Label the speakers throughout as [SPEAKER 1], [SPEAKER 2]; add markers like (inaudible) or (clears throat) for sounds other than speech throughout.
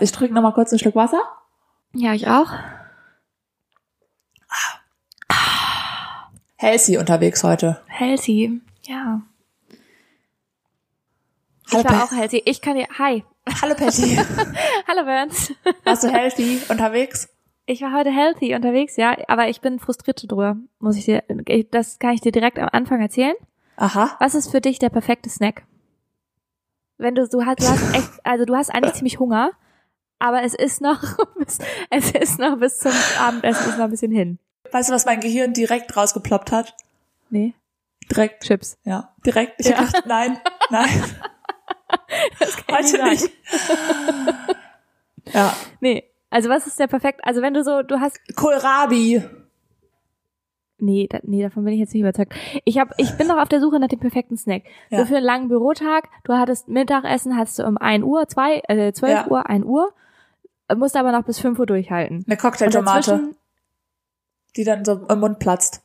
[SPEAKER 1] Ich trinke nochmal kurz einen Schluck Wasser.
[SPEAKER 2] Ja, ich auch.
[SPEAKER 1] Healthy unterwegs heute.
[SPEAKER 2] Healthy. Ja. Ich
[SPEAKER 1] Hallo,
[SPEAKER 2] war
[SPEAKER 1] Pe-
[SPEAKER 2] auch healthy. Ich kann dir. Hi.
[SPEAKER 1] (laughs) Hallo Patty.
[SPEAKER 2] Hallo Burns.
[SPEAKER 1] Warst du healthy unterwegs?
[SPEAKER 2] Ich war heute healthy unterwegs, ja, aber ich bin frustriert drüber. Muss ich dir. Das kann ich dir direkt am Anfang erzählen.
[SPEAKER 1] Aha.
[SPEAKER 2] Was ist für dich der perfekte Snack? Wenn du so hast, du hast echt, also du hast eigentlich ziemlich Hunger, aber es ist noch, (laughs) bis, es ist noch bis zum Abendessen ist noch ein bisschen hin.
[SPEAKER 1] Weißt du, was mein Gehirn direkt rausgeploppt hat?
[SPEAKER 2] Nee,
[SPEAKER 1] Direkt.
[SPEAKER 2] Chips.
[SPEAKER 1] Ja. Direkt. Ich
[SPEAKER 2] Ja.
[SPEAKER 1] hab gedacht, nein, nein.
[SPEAKER 2] (laughs)
[SPEAKER 1] heute
[SPEAKER 2] nicht
[SPEAKER 1] nicht. ja.
[SPEAKER 2] Nee, also was ist der perfekt? Also wenn du so, du hast
[SPEAKER 1] Kohlrabi.
[SPEAKER 2] Nee, da, nee, davon bin ich jetzt nicht überzeugt. Ich hab, ich bin noch auf der Suche nach dem perfekten Snack.
[SPEAKER 1] Ja.
[SPEAKER 2] So für einen langen Bürotag, du hattest Mittagessen, hattest du um 1 Uhr, 2, äh, 12
[SPEAKER 1] Ja.
[SPEAKER 2] Uhr, 1 Uhr, äh, musst aber noch bis 5 Uhr durchhalten.
[SPEAKER 1] Eine
[SPEAKER 2] Und
[SPEAKER 1] Cocktailtomate,
[SPEAKER 2] dazwischen-
[SPEAKER 1] die dann so im Mund platzt.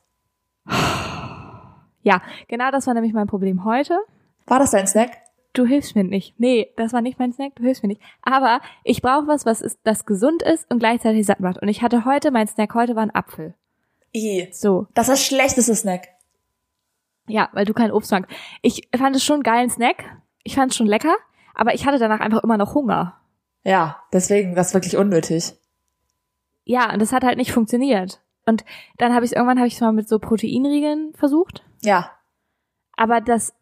[SPEAKER 2] Ja, genau das war nämlich mein Problem heute.
[SPEAKER 1] War das dein Snack?
[SPEAKER 2] Du hilfst mir nicht. Nee, das war nicht mein Snack, du hilfst mir nicht. Aber ich brauche was, was ist, das gesund ist und gleichzeitig satt macht. Und ich hatte heute, mein Snack heute war ein Apfel.
[SPEAKER 1] I.
[SPEAKER 2] So.
[SPEAKER 1] Das ist das schlechteste Snack.
[SPEAKER 2] Ja, weil du kein Obst magst. Ich fand es schon einen geilen Snack. Ich fand es schon lecker. Aber ich hatte danach einfach immer noch Hunger.
[SPEAKER 1] Ja, deswegen, das ist wirklich unnötig.
[SPEAKER 2] ja, und das hat halt nicht funktioniert. Und dann habe ich irgendwann habe ich es mal mit so Proteinriegeln versucht,
[SPEAKER 1] Ja.
[SPEAKER 2] aber das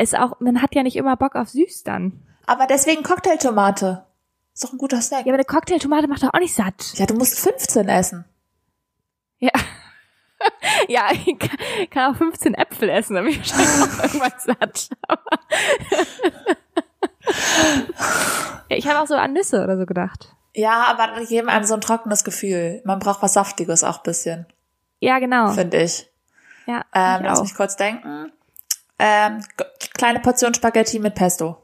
[SPEAKER 2] ist auch man hat ja nicht immer Bock auf süß dann.
[SPEAKER 1] Aber deswegen Cocktailtomate. Ist doch ein guter Snack.
[SPEAKER 2] Ja, aber eine Cocktailtomate macht doch auch nicht satt.
[SPEAKER 1] Ja, du musst 15 essen.
[SPEAKER 2] Ja. (laughs) Ja, ich kann- kann auch 15 Äpfel essen, dann bin ich wahrscheinlich (laughs) auch irgendwann satt. Aber- ja, ich habe auch so an Nüsse oder so gedacht.
[SPEAKER 1] Ja, aber die geben einem so ein trockenes Gefühl. Man braucht was Saftiges auch ein bisschen,
[SPEAKER 2] Ja, genau.
[SPEAKER 1] finde ich.
[SPEAKER 2] Ja,
[SPEAKER 1] Ähm,
[SPEAKER 2] ich
[SPEAKER 1] lass
[SPEAKER 2] auch.
[SPEAKER 1] mich kurz denken. Ähm, g- kleine Portion Spaghetti mit Pesto.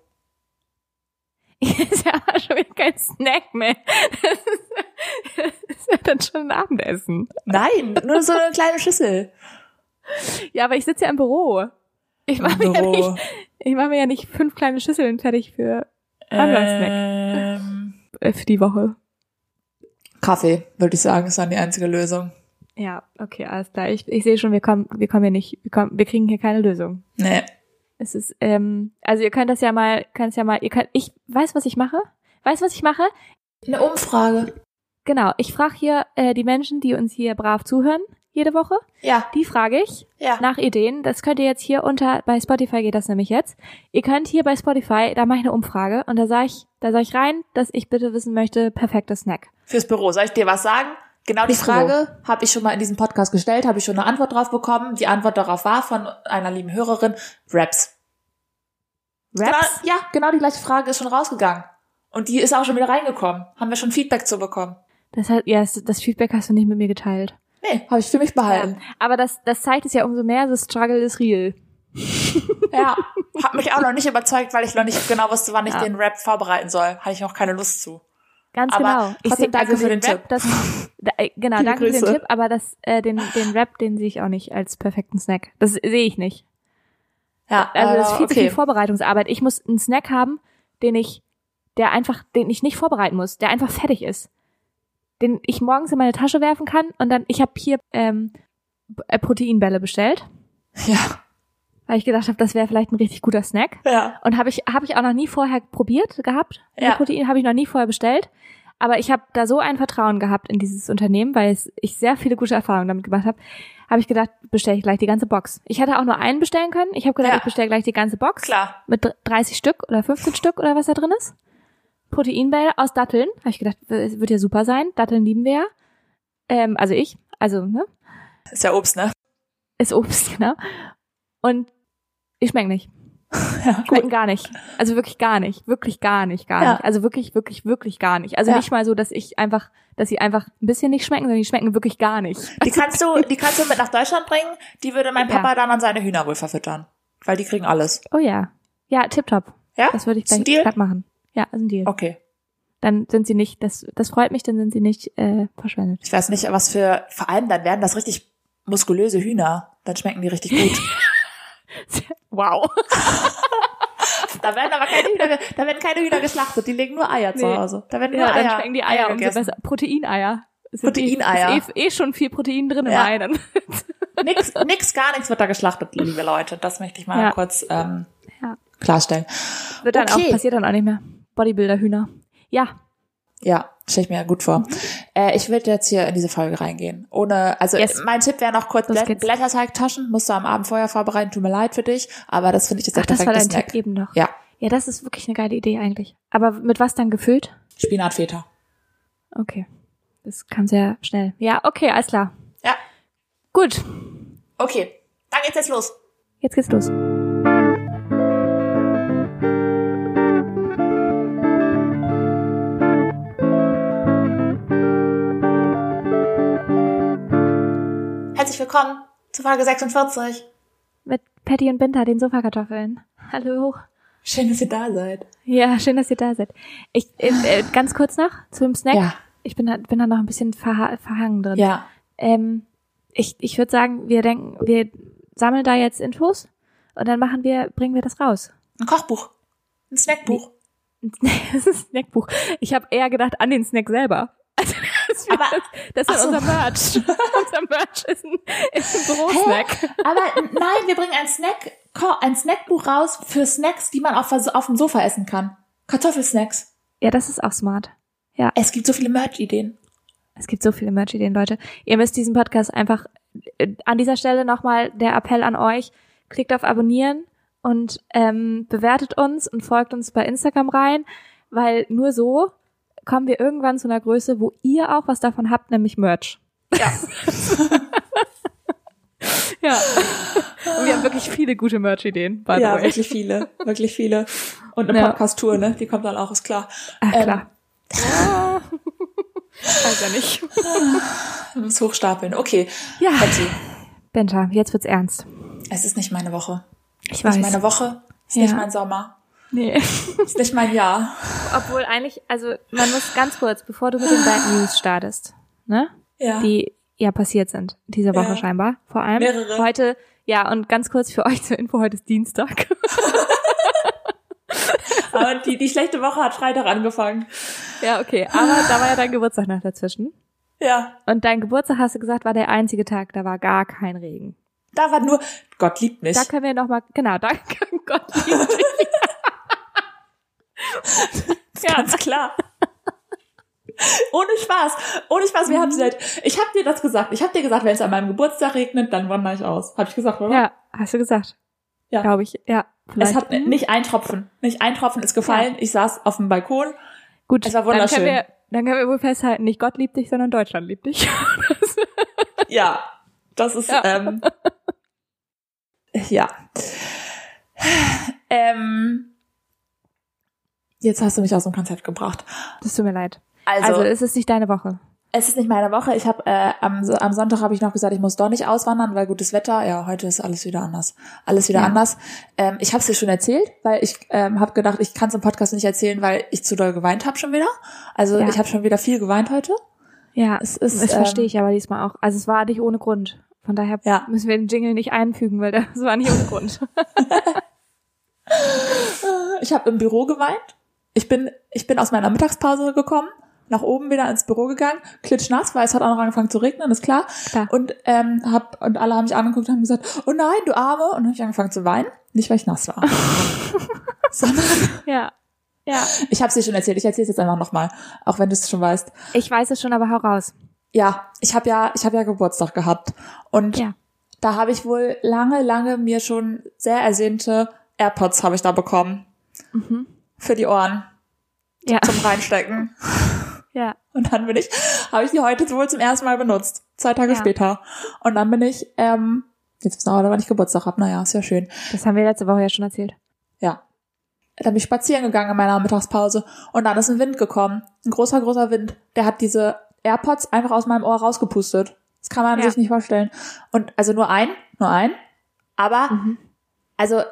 [SPEAKER 2] (laughs) ist ja aber schon wieder kein Snack mehr. Das ist, das ist ja dann schon ein Abendessen.
[SPEAKER 1] Nein, (laughs) nur so eine kleine
[SPEAKER 2] (laughs)
[SPEAKER 1] Schüssel.
[SPEAKER 2] Ja, aber ich sitze ja im Büro. Ich mache mir, ja nicht-
[SPEAKER 1] Büro.
[SPEAKER 2] ich mach mir ja nicht fünf kleine Schüsseln fertig für,
[SPEAKER 1] Ähm,
[SPEAKER 2] äh, für die Woche.
[SPEAKER 1] Kaffee, würde ich sagen, ist dann die einzige Lösung.
[SPEAKER 2] Ja, okay, alles klar. Ich, ich sehe schon, wir kommen, wir kommen hier nicht, wir, kommen, wir kriegen hier keine Lösung.
[SPEAKER 1] Nee.
[SPEAKER 2] Es ist, ähm, also ihr könnt das ja mal, könnt es ja mal, ihr könnt, ich weiß, was ich mache. Weißt du, was ich mache?
[SPEAKER 1] Eine Umfrage.
[SPEAKER 2] Genau, ich frage hier äh, die Menschen, die uns hier brav zuhören, jede Woche.
[SPEAKER 1] Ja,
[SPEAKER 2] Die frage ich.
[SPEAKER 1] ja.
[SPEAKER 2] nach Ideen. Das könnt ihr jetzt hier unter, bei Spotify geht das nämlich jetzt. Ihr könnt hier bei Spotify, da mache ich eine Umfrage und da sage ich, da sage ich rein, dass ich bitte wissen möchte, perfekter Snack.
[SPEAKER 1] Fürs Büro. Soll ich dir was sagen? Genau die
[SPEAKER 2] Fürs Büro.
[SPEAKER 1] Frage habe ich schon mal in diesem Podcast gestellt, habe ich schon eine Antwort drauf bekommen. Die Antwort darauf war von einer lieben Hörerin, Raps.
[SPEAKER 2] Raps?
[SPEAKER 1] Genau, ja, genau die gleiche Frage ist schon rausgegangen. Und die ist auch schon wieder reingekommen. Haben wir schon Feedback zu bekommen.
[SPEAKER 2] Das hat, ja, das- das Feedback hast du nicht mit mir geteilt. Ähm,
[SPEAKER 1] Nee, habe ich für mich behalten.
[SPEAKER 2] Aber das, das zeigt es ja umso mehr, das Struggle ist real.
[SPEAKER 1] Ja. Hat mich auch noch nicht überzeugt, weil ich noch nicht genau wusste, wann ich
[SPEAKER 2] Ja.
[SPEAKER 1] den Rap vorbereiten soll. Hatte ich noch keine Lust zu.
[SPEAKER 2] Ganz
[SPEAKER 1] Aber
[SPEAKER 2] genau. Ich
[SPEAKER 1] trotzdem
[SPEAKER 2] seh-
[SPEAKER 1] danke für den Tipp.
[SPEAKER 2] Das, da, äh, genau,
[SPEAKER 1] Viele
[SPEAKER 2] danke für
[SPEAKER 1] Grüße.
[SPEAKER 2] den Tipp, aber das, äh, den, den Rap, den sehe ich auch nicht als perfekten Snack. Das sehe ich nicht.
[SPEAKER 1] Ja,
[SPEAKER 2] Also das ist
[SPEAKER 1] aber
[SPEAKER 2] viel zu viel
[SPEAKER 1] okay.
[SPEAKER 2] Vorbereitungsarbeit. Ich muss einen Snack haben, den ich, der einfach, den ich nicht vorbereiten muss, der einfach fertig ist. Den ich morgens in meine Tasche werfen kann und dann, ich habe hier ähm, äh, Proteinbälle bestellt,
[SPEAKER 1] Ja,
[SPEAKER 2] weil ich gedacht habe, das wäre vielleicht ein richtig guter Snack.
[SPEAKER 1] ja.
[SPEAKER 2] Und habe ich, hab ich auch noch nie vorher probiert gehabt. Ja.
[SPEAKER 1] Ja.
[SPEAKER 2] Protein habe ich noch nie vorher bestellt. Aber ich habe da so ein Vertrauen gehabt in dieses Unternehmen, weil es, ich sehr viele gute Erfahrungen damit gemacht habe. Habe ich gedacht, bestelle ich gleich die ganze Box. Ich hätte auch nur einen bestellen können. Ich habe gedacht,
[SPEAKER 1] Ja.
[SPEAKER 2] ich bestelle gleich die ganze Box
[SPEAKER 1] Klar.
[SPEAKER 2] mit dr- 30 Stück oder 15 Stück oder was da drin ist. Proteinbälle aus Datteln. Habe ich gedacht, w- es wird ja super sein. Datteln lieben wir ja. Ähm, also ich. Also, ne?
[SPEAKER 1] Ist ja Obst, ne? (laughs)
[SPEAKER 2] Ist Obst, (laughs) genau. Und ich schmecken nicht.
[SPEAKER 1] Ja,
[SPEAKER 2] Schmecken gar nicht. Also wirklich gar nicht. Wirklich gar nicht, gar
[SPEAKER 1] Ja.
[SPEAKER 2] nicht. Also wirklich, wirklich, wirklich gar nicht. Also
[SPEAKER 1] Ja.
[SPEAKER 2] nicht mal so, dass ich einfach, dass sie einfach ein bisschen nicht schmecken, sondern die schmecken wirklich gar nicht.
[SPEAKER 1] Die kannst du, die kannst du mit nach Deutschland bringen. Die würde mein
[SPEAKER 2] Ja.
[SPEAKER 1] Papa dann an seine Hühner wohl verfüttern. Weil die kriegen alles.
[SPEAKER 2] Oh ja. Ja, tipptopp.
[SPEAKER 1] Ja?
[SPEAKER 2] Das würde ich
[SPEAKER 1] Ist ein
[SPEAKER 2] gleich
[SPEAKER 1] Deal? Oh.
[SPEAKER 2] grad machen. Ja, ist ein Deal.
[SPEAKER 1] Okay.
[SPEAKER 2] Dann sind sie nicht, das, das freut mich, dann sind sie nicht äh, verschwendet.
[SPEAKER 1] Ich weiß nicht, was für, vor allem dann werden das richtig muskulöse Hühner. Dann schmecken die richtig gut.
[SPEAKER 2] Wow.
[SPEAKER 1] Da werden aber keine Hühner, ge- da werden keine Hühner geschlachtet, die legen nur Eier zu
[SPEAKER 2] Nee.
[SPEAKER 1] Hause. Da werden nur
[SPEAKER 2] (laughs) Ja, dann
[SPEAKER 1] Eier.
[SPEAKER 2] schmecken die Eier, umso
[SPEAKER 1] gegessen.
[SPEAKER 2] besser. Proteineier. Sind
[SPEAKER 1] Proteineier.
[SPEAKER 2] Eh, (laughs) ist eh, eh schon viel Protein drin
[SPEAKER 1] Ja.
[SPEAKER 2] im Ei. Dann.
[SPEAKER 1] Nix, nix, gar nichts wird da geschlachtet, liebe Leute. Das möchte ich mal
[SPEAKER 2] Ja.
[SPEAKER 1] kurz ähm,
[SPEAKER 2] Ja.
[SPEAKER 1] klarstellen.
[SPEAKER 2] Wird dann
[SPEAKER 1] Okay.
[SPEAKER 2] auch, passiert dann auch nicht mehr. Bodybuilder-Hühner. Ja,
[SPEAKER 1] Ja, stelle ich mir gut vor. Äh, ich würde jetzt hier in diese Folge reingehen. Ohne, also
[SPEAKER 2] Yes.
[SPEAKER 1] mein Tipp wäre noch kurz
[SPEAKER 2] Los
[SPEAKER 1] Blät
[SPEAKER 2] geht's.
[SPEAKER 1] Blätterteigtaschen, musst du am Abend vorher vorbereiten, tut mir leid für dich, aber das finde ich jetzt der
[SPEAKER 2] Ach, das
[SPEAKER 1] perfekte
[SPEAKER 2] war dein
[SPEAKER 1] Snack.
[SPEAKER 2] Tipp eben noch.
[SPEAKER 1] Ja.
[SPEAKER 2] Ja, das ist wirklich eine geile Idee eigentlich. Aber mit was dann gefüllt?
[SPEAKER 1] Spinatfeta.
[SPEAKER 2] Okay. Das kam sehr schnell. Ja, okay, alles klar.
[SPEAKER 1] Ja.
[SPEAKER 2] Gut,
[SPEAKER 1] Okay, dann geht's jetzt los.
[SPEAKER 2] jetzt geht's los.
[SPEAKER 1] Herzlich willkommen zu Folge 46.
[SPEAKER 2] Mit Patty und Binta, den Sofakartoffeln. (laughs) Hallo.
[SPEAKER 1] Schön, dass ihr da seid.
[SPEAKER 2] Ja, schön, dass ihr da seid. Ich, äh, äh, ganz kurz noch zum Snack.
[SPEAKER 1] Ja,
[SPEAKER 2] Ich bin da, bin da noch ein bisschen verha verhangen drin.
[SPEAKER 1] ja,
[SPEAKER 2] Ähm, ich ich würde sagen, wir denken, wir sammeln da jetzt Infos und dann machen wir, bringen wir das raus. (laughs)
[SPEAKER 1] ein Kochbuch, ein Snackbuch.
[SPEAKER 2] Das ist ein Snackbuch. Ich habe eher gedacht an den Snack selber. (laughs) Also, das
[SPEAKER 1] Aber-
[SPEAKER 2] das
[SPEAKER 1] ach
[SPEAKER 2] ist
[SPEAKER 1] so.
[SPEAKER 2] unser Merch. (laughs) unser Merch ist ein, ist ein Bürosnack.
[SPEAKER 1] (laughs) Aber n- nein, wir bringen ein Snack, Ko- ein Snackbuch raus für Snacks, die man auf, auf dem Sofa essen kann. Kartoffelsnacks.
[SPEAKER 2] Ja, das ist auch smart.
[SPEAKER 1] Es gibt so viele Merch-Ideen.
[SPEAKER 2] Es gibt so viele Merch-Ideen, Leute. Ihr müsst diesen Podcast einfach äh, an dieser Stelle nochmal der Appell an euch. Klickt auf Abonnieren und ähm, bewertet uns und folgt uns bei Instagram rein, weil nur so kommen wir irgendwann zu einer Größe, wo ihr auch was davon habt, nämlich Merch.
[SPEAKER 1] Ja.
[SPEAKER 2] (laughs) Ja. Und wir haben wirklich viele gute Merch-Ideen, by the
[SPEAKER 1] ja,
[SPEAKER 2] way.
[SPEAKER 1] wirklich viele, wirklich viele. Und eine
[SPEAKER 2] Ja.
[SPEAKER 1] Podcast-Tour, ne? Die kommt dann auch, ist klar.
[SPEAKER 2] Ach,
[SPEAKER 1] Ähm.
[SPEAKER 2] Ah, klar. Ah. (laughs) Weiß ja nicht.
[SPEAKER 1] Das Hochstapeln. Okay,
[SPEAKER 2] Ja,
[SPEAKER 1] Betty,
[SPEAKER 2] Benta, jetzt wird's ernst.
[SPEAKER 1] es ist nicht meine Woche.
[SPEAKER 2] Ich
[SPEAKER 1] Nicht meine Woche, ist nicht
[SPEAKER 2] Ja.
[SPEAKER 1] mein Sommer,
[SPEAKER 2] Nee.
[SPEAKER 1] ist nicht mein Jahr.
[SPEAKER 2] Obwohl eigentlich, also man muss ganz kurz, bevor du mit den Bad News startest, ne?
[SPEAKER 1] Ja.
[SPEAKER 2] Die ja passiert sind, diese Woche
[SPEAKER 1] Ja.
[SPEAKER 2] scheinbar, vor allem.
[SPEAKER 1] Mehrere.
[SPEAKER 2] Heute, ja, und ganz kurz für euch zur Info, heute ist Dienstag. (laughs)
[SPEAKER 1] Aber die, die schlechte Woche hat Freitag angefangen.
[SPEAKER 2] ja, okay. Aber da war ja dein Geburtstag noch dazwischen.
[SPEAKER 1] Ja.
[SPEAKER 2] Und dein Geburtstag, hast du gesagt, war der einzige Tag, da war gar kein Regen.
[SPEAKER 1] Da war nur, Gott liebt mich.
[SPEAKER 2] Da können wir nochmal, genau, da (laughs) kann Gott lieben. (laughs)
[SPEAKER 1] Ist Ganz klar. Ohne Spaß. Ohne Spaß. Wir haben
[SPEAKER 2] Mhm.
[SPEAKER 1] sie halt. Ich habe dir das gesagt. Ich habe dir gesagt, wenn es an meinem Geburtstag regnet, dann wandere ich aus. Habe ich gesagt, oder?
[SPEAKER 2] Ja, hast du gesagt.
[SPEAKER 1] Ja.
[SPEAKER 2] Glaube ich, ja.
[SPEAKER 1] Es
[SPEAKER 2] Vielleicht. Mhm.
[SPEAKER 1] hat nicht ein Tropfen. Nicht ein Tropfen ist gefallen. Ich saß auf dem Balkon.
[SPEAKER 2] Gut,
[SPEAKER 1] es war wunderschön.
[SPEAKER 2] Dann können, wir, dann können wir wohl festhalten, nicht Gott liebt dich, sondern Deutschland liebt dich. (laughs)
[SPEAKER 1] Ja. Das ist.
[SPEAKER 2] Ja.
[SPEAKER 1] Ähm, ja. Ähm, jetzt hast du mich aus dem Konzept gebracht.
[SPEAKER 2] Das tut mir leid.
[SPEAKER 1] Also,
[SPEAKER 2] Also, es ist nicht deine Woche.
[SPEAKER 1] es ist nicht meine Woche. Ich habe äh, am, So- am Sonntag habe ich noch gesagt, ich muss doch nicht auswandern, weil gutes Wetter. Ja, heute ist alles wieder anders. Alles wieder
[SPEAKER 2] Ja.
[SPEAKER 1] anders. Ähm, ich habe es dir schon erzählt, weil ich ähm, habe gedacht, ich kann es im Podcast nicht erzählen, weil ich zu doll geweint habe schon wieder. Also
[SPEAKER 2] Ja.
[SPEAKER 1] ich habe schon wieder viel geweint heute.
[SPEAKER 2] Ja,
[SPEAKER 1] Es ist,
[SPEAKER 2] das
[SPEAKER 1] ähm,
[SPEAKER 2] verstehe ich aber diesmal auch. Also es war nicht ohne Grund. Von daher
[SPEAKER 1] Ja.
[SPEAKER 2] müssen wir den Jingle nicht einfügen, weil (laughs) das war nicht ohne Grund.
[SPEAKER 1] Ich habe im Büro geweint. Ich bin, ich bin aus meiner Mittagspause gekommen, nach oben wieder ins Büro gegangen, klitschnass, weil es hat auch noch angefangen zu regnen, ist klar.
[SPEAKER 2] Klar.
[SPEAKER 1] Und ähm, hab und alle haben mich angeguckt und haben gesagt, oh nein, du Arme, und dann habe ich angefangen zu weinen, nicht weil ich nass war, sondern
[SPEAKER 2] ja. Ja.
[SPEAKER 1] Ich habe es dir schon erzählt, ich erzähle es jetzt einfach nochmal, auch wenn du es schon weißt.
[SPEAKER 2] Ich weiß es schon, aber hau raus.
[SPEAKER 1] Ja, ich habe ja, ich habe ja Geburtstag gehabt und
[SPEAKER 2] Ja.
[SPEAKER 1] da habe ich wohl lange, lange mir schon sehr ersehnte AirPods habe ich da bekommen
[SPEAKER 2] Mhm.
[SPEAKER 1] für die Ohren
[SPEAKER 2] Ja.
[SPEAKER 1] zum reinstecken.
[SPEAKER 2] Ja.
[SPEAKER 1] Und dann bin ich, habe ich die heute wohl zum ersten Mal benutzt, zwei Tage
[SPEAKER 2] Ja.
[SPEAKER 1] später. Und dann bin ich, ähm, jetzt wissen alle, wann ich Geburtstag habe. Naja, ist ja schön.
[SPEAKER 2] Das haben wir letzte Woche ja schon erzählt.
[SPEAKER 1] Ja. Dann bin ich spazieren gegangen in meiner Mittagspause und dann ist ein Wind gekommen. Ein großer, großer Wind. Der hat diese AirPods einfach aus meinem Ohr rausgepustet. Das kann man
[SPEAKER 2] Ja.
[SPEAKER 1] sich nicht vorstellen. Und also nur ein, nur ein. Aber
[SPEAKER 2] Mhm.
[SPEAKER 1] also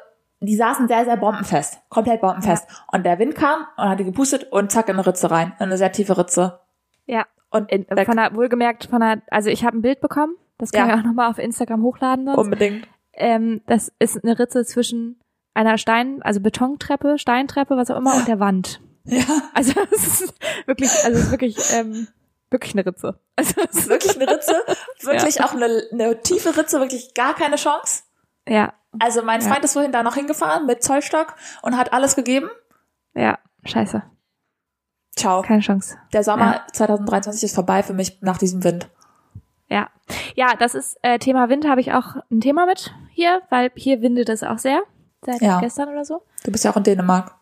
[SPEAKER 1] die saßen sehr, sehr bombenfest. Komplett bombenfest. Und der Wind kam und hat die gepustet und zack in eine Ritze rein. In eine sehr tiefe Ritze.
[SPEAKER 2] Ja.
[SPEAKER 1] Und
[SPEAKER 2] In,
[SPEAKER 1] weg.
[SPEAKER 2] von der, wohlgemerkt von der, also ich habe ein Bild bekommen. Das können
[SPEAKER 1] Ja.
[SPEAKER 2] Um. wir auch nochmal auf Instagram hochladen sonst.
[SPEAKER 1] Unbedingt.
[SPEAKER 2] ähm, das ist eine Ritze zwischen einer Stein, also Betontreppe, Steintreppe, was auch immer, und der Wand.
[SPEAKER 1] Ja,
[SPEAKER 2] (laughs) Also es ist wirklich, also es ist wirklich, ähm, wirklich eine Ritze. Also es
[SPEAKER 1] ist
[SPEAKER 2] ist,
[SPEAKER 1] wirklich eine
[SPEAKER 2] (laughs)
[SPEAKER 1] Ritze. Wirklich auch eine, eine tiefe Ritze, wirklich gar keine Chance.
[SPEAKER 2] ja,
[SPEAKER 1] Also mein
[SPEAKER 2] Ja.
[SPEAKER 1] Freund ist vorhin da noch hingefahren mit Zollstock und hat alles gegeben.
[SPEAKER 2] ja, scheiße.
[SPEAKER 1] Ciao.
[SPEAKER 2] Keine Chance.
[SPEAKER 1] Der Sommer 2023 ist vorbei für mich nach diesem Wind.
[SPEAKER 2] Ja. Ja, das ist äh, Thema Wind, habe ich auch ein Thema mit hier, weil hier windet es auch sehr. Seit
[SPEAKER 1] Ja.
[SPEAKER 2] gestern oder so.
[SPEAKER 1] Du bist ja auch in Dänemark.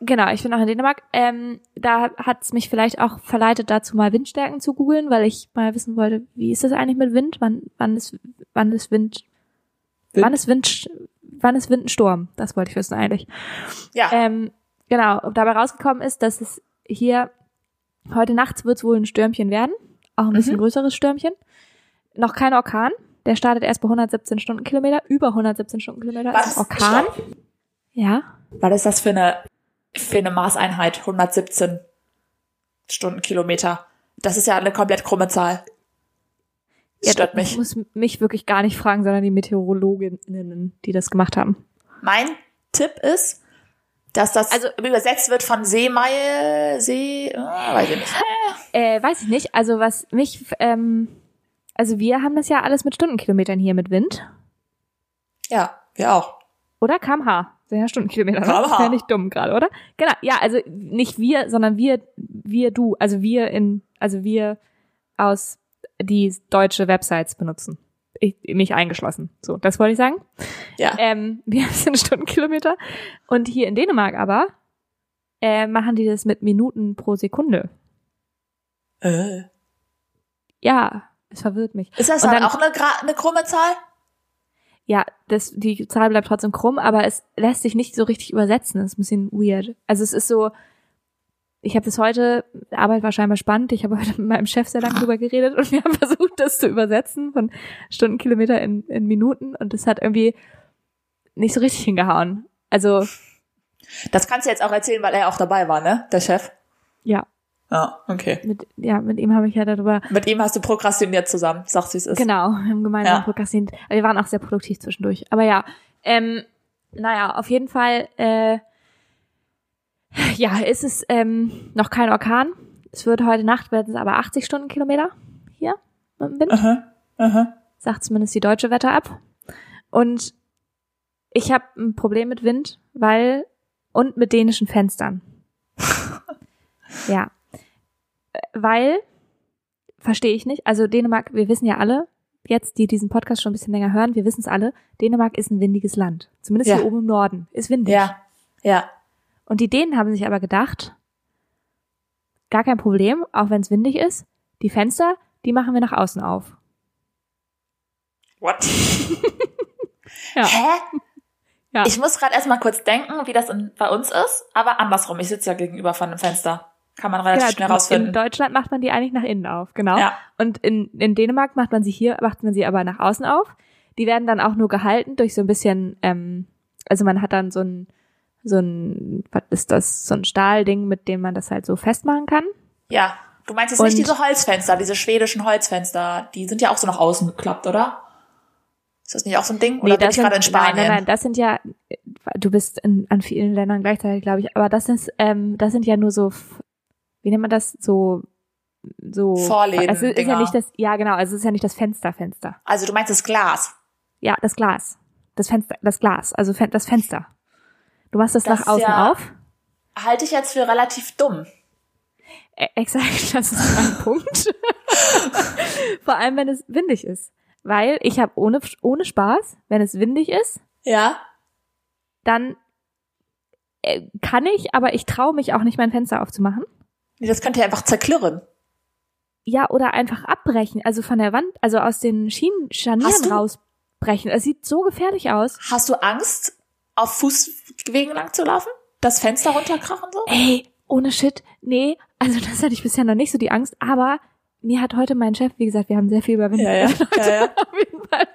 [SPEAKER 2] Genau, ich bin auch in Dänemark. Ähm, da hat's mich vielleicht auch verleitet, dazu mal Windstärken zu googeln, weil ich mal wissen wollte, wie ist das eigentlich mit Wind? Wann, wann ist, wann ist Wind,
[SPEAKER 1] Wind?
[SPEAKER 2] wann ist Wind, wann ist Wind ein Sturm? Das wollte ich wissen eigentlich.
[SPEAKER 1] Ja.
[SPEAKER 2] Ähm, genau, und dabei rausgekommen ist, dass es hier heute nachts wird's wohl ein Stürmchen werden. Auch ein bisschen
[SPEAKER 1] Mhm.
[SPEAKER 2] größeres Stürmchen. Noch kein Orkan. Der startet erst bei 117 Stundenkilometer. Über 117 Stundenkilometer ist ein Orkan.
[SPEAKER 1] Stopp.
[SPEAKER 2] Ja.
[SPEAKER 1] Was ist das für eine, für eine Maßeinheit? 117 Stundenkilometer. Das ist ja eine komplett krumme Zahl. Das
[SPEAKER 2] Ja,
[SPEAKER 1] stört
[SPEAKER 2] du
[SPEAKER 1] mich.
[SPEAKER 2] musst mich wirklich gar nicht fragen, sondern die Meteorologinnen, die das gemacht haben.
[SPEAKER 1] Mein Tipp ist, dass das
[SPEAKER 2] Also-
[SPEAKER 1] übersetzt wird von Seemeile, See, äh, weiß ich nicht.
[SPEAKER 2] Äh, weiß ich nicht. Also was mich, ähm, also wir haben das ja alles mit Stundenkilometern hier mit Wind.
[SPEAKER 1] Ja, wir auch.
[SPEAKER 2] Oder kmh. Sind ja Stundenkilometer. Ne?
[SPEAKER 1] kmh.
[SPEAKER 2] Ist ja nicht dumm gerade, oder? Genau. Ja, also nicht wir, sondern wir, wir, du. Also wir in, also wir aus die deutsche Websites benutzen. Ich, mich eingeschlossen. So, das wollte ich sagen.
[SPEAKER 1] Ja.
[SPEAKER 2] Ähm, (laughs) wir sind Stundenkilometer. Und hier in Dänemark aber äh, machen die das mit Minuten pro Sekunde.
[SPEAKER 1] Äh.
[SPEAKER 2] Ja, es verwirrt mich.
[SPEAKER 1] Ist das
[SPEAKER 2] Und
[SPEAKER 1] dann,
[SPEAKER 2] dann-
[SPEAKER 1] auch eine, gra- eine krumme Zahl?
[SPEAKER 2] Ja, das, die Zahl bleibt trotzdem krumm, aber es lässt sich nicht so richtig übersetzen. Das ist ein bisschen weird. Also es ist so, ich habe bis heute, Arbeit war scheinbar spannend, ich habe (laughs) heute mit meinem Chef sehr lange drüber geredet und wir haben (laughs) versucht, das zu übersetzen von Stundenkilometer in, in Minuten und das hat irgendwie nicht so richtig hingehauen. Also
[SPEAKER 1] Das kannst du jetzt auch erzählen, weil er auch dabei war, ne? Der Chef.
[SPEAKER 2] ja,
[SPEAKER 1] Ja, okay.
[SPEAKER 2] mit, ja, mit ihm habe ich ja darüber
[SPEAKER 1] Mit ihm hast du prokrastiniert zusammen. Sagst wie es ist.
[SPEAKER 2] Genau, wir haben gemeinsam
[SPEAKER 1] Ja.
[SPEAKER 2] prokrastiniert. Aber Wir waren auch sehr produktiv zwischendurch. Aber ja, ähm, naja, auf jeden Fall, äh, ja, ist es ähm, noch kein Orkan. Es wird heute Nacht, werden es aber 80 Stundenkilometer hier mit dem Wind
[SPEAKER 1] Aha, aha.
[SPEAKER 2] sagt zumindest die deutsche Wetter ab. Und ich habe ein Problem mit Wind, weil und mit
[SPEAKER 1] (laughs)
[SPEAKER 2] dänischen Fenstern. ja. Äh, Weil verstehe ich nicht. Also Dänemark, wir wissen ja alle, jetzt die diesen Podcast schon ein bisschen länger hören, wir wissen es alle, Dänemark ist ein windiges Land. Zumindest
[SPEAKER 1] Ja.
[SPEAKER 2] hier oben im Norden ist windig.
[SPEAKER 1] Ja, ja.
[SPEAKER 2] Und die Dänen haben sich aber gedacht, gar kein Problem, auch wenn es windig ist, die Fenster, die machen wir nach außen auf.
[SPEAKER 1] What?
[SPEAKER 2] (laughs) Ja.
[SPEAKER 1] Hä?
[SPEAKER 2] Ja.
[SPEAKER 1] Ich muss gerade erstmal kurz denken, wie das in, bei uns ist, aber andersrum. Ich sitze ja gegenüber von einem Fenster. Kann man relativ schnell
[SPEAKER 2] Genau, In
[SPEAKER 1] rausfinden.
[SPEAKER 2] Deutschland macht man die eigentlich nach innen auf, genau.
[SPEAKER 1] Ja.
[SPEAKER 2] Und in, in Dänemark macht man sie hier, macht man sie aber nach außen auf. Die werden dann auch nur gehalten durch so ein bisschen, ähm, also man hat dann so ein, so ein, was ist das, so ein Stahlding, mit dem man das halt so festmachen kann.
[SPEAKER 1] Ja. Du meinst jetzt
[SPEAKER 2] Und-
[SPEAKER 1] nicht diese Holzfenster, diese schwedischen Holzfenster, die sind ja auch so nach außen geklappt, oder? Ist das nicht auch so ein Ding? Oder bin ich
[SPEAKER 2] sind-
[SPEAKER 1] gerade in Spanien?
[SPEAKER 2] Nein, nein, nein, das sind ja, du bist in, an vielen Ländern gleichzeitig, glaube ich, aber das ist, ähm, das sind ja nur so, f- wie nennt man das, so, so.
[SPEAKER 1] Vorläden,
[SPEAKER 2] Es ist, ist
[SPEAKER 1] Dinger.
[SPEAKER 2] ja nicht das, ja genau, also es ist ja nicht das Fenster, Fenster.
[SPEAKER 1] Also du meinst das Glas.
[SPEAKER 2] Ja, das Glas. Das Fenster, das Glas, also Fen das Fenster. Du machst das,
[SPEAKER 1] Das
[SPEAKER 2] nach
[SPEAKER 1] ist
[SPEAKER 2] außen
[SPEAKER 1] ja-
[SPEAKER 2] auf.
[SPEAKER 1] Halte ich jetzt für relativ dumm.
[SPEAKER 2] Ä E, exakt, (laughs) das ist mein Punkt. (laughs) Vor allem, wenn es windig ist. Weil ich habe ohne, ohne Spaß, wenn es windig ist,
[SPEAKER 1] Ja?
[SPEAKER 2] dann äh, kann ich, aber ich traue mich auch nicht, mein Fenster aufzumachen.
[SPEAKER 1] Nee, das könnte ja einfach zerklirren.
[SPEAKER 2] Ja, oder einfach abbrechen, also von der Wand, also aus den Schienen,
[SPEAKER 1] Hast
[SPEAKER 2] Scharnieren
[SPEAKER 1] du-
[SPEAKER 2] rausbrechen. Es sieht so gefährlich aus.
[SPEAKER 1] Hast du Angst, auf Fußwegen lang zu laufen? Das Fenster runterkrachen so?
[SPEAKER 2] Ey, ohne Shit, nee, also das hatte ich bisher noch nicht so die Angst, aber mir hat heute mein Chef, wie gesagt, wir haben sehr viel über Wind geredet
[SPEAKER 1] (laughs)
[SPEAKER 2] heute,
[SPEAKER 1] ja.
[SPEAKER 2] (laughs) auf jeden Fall,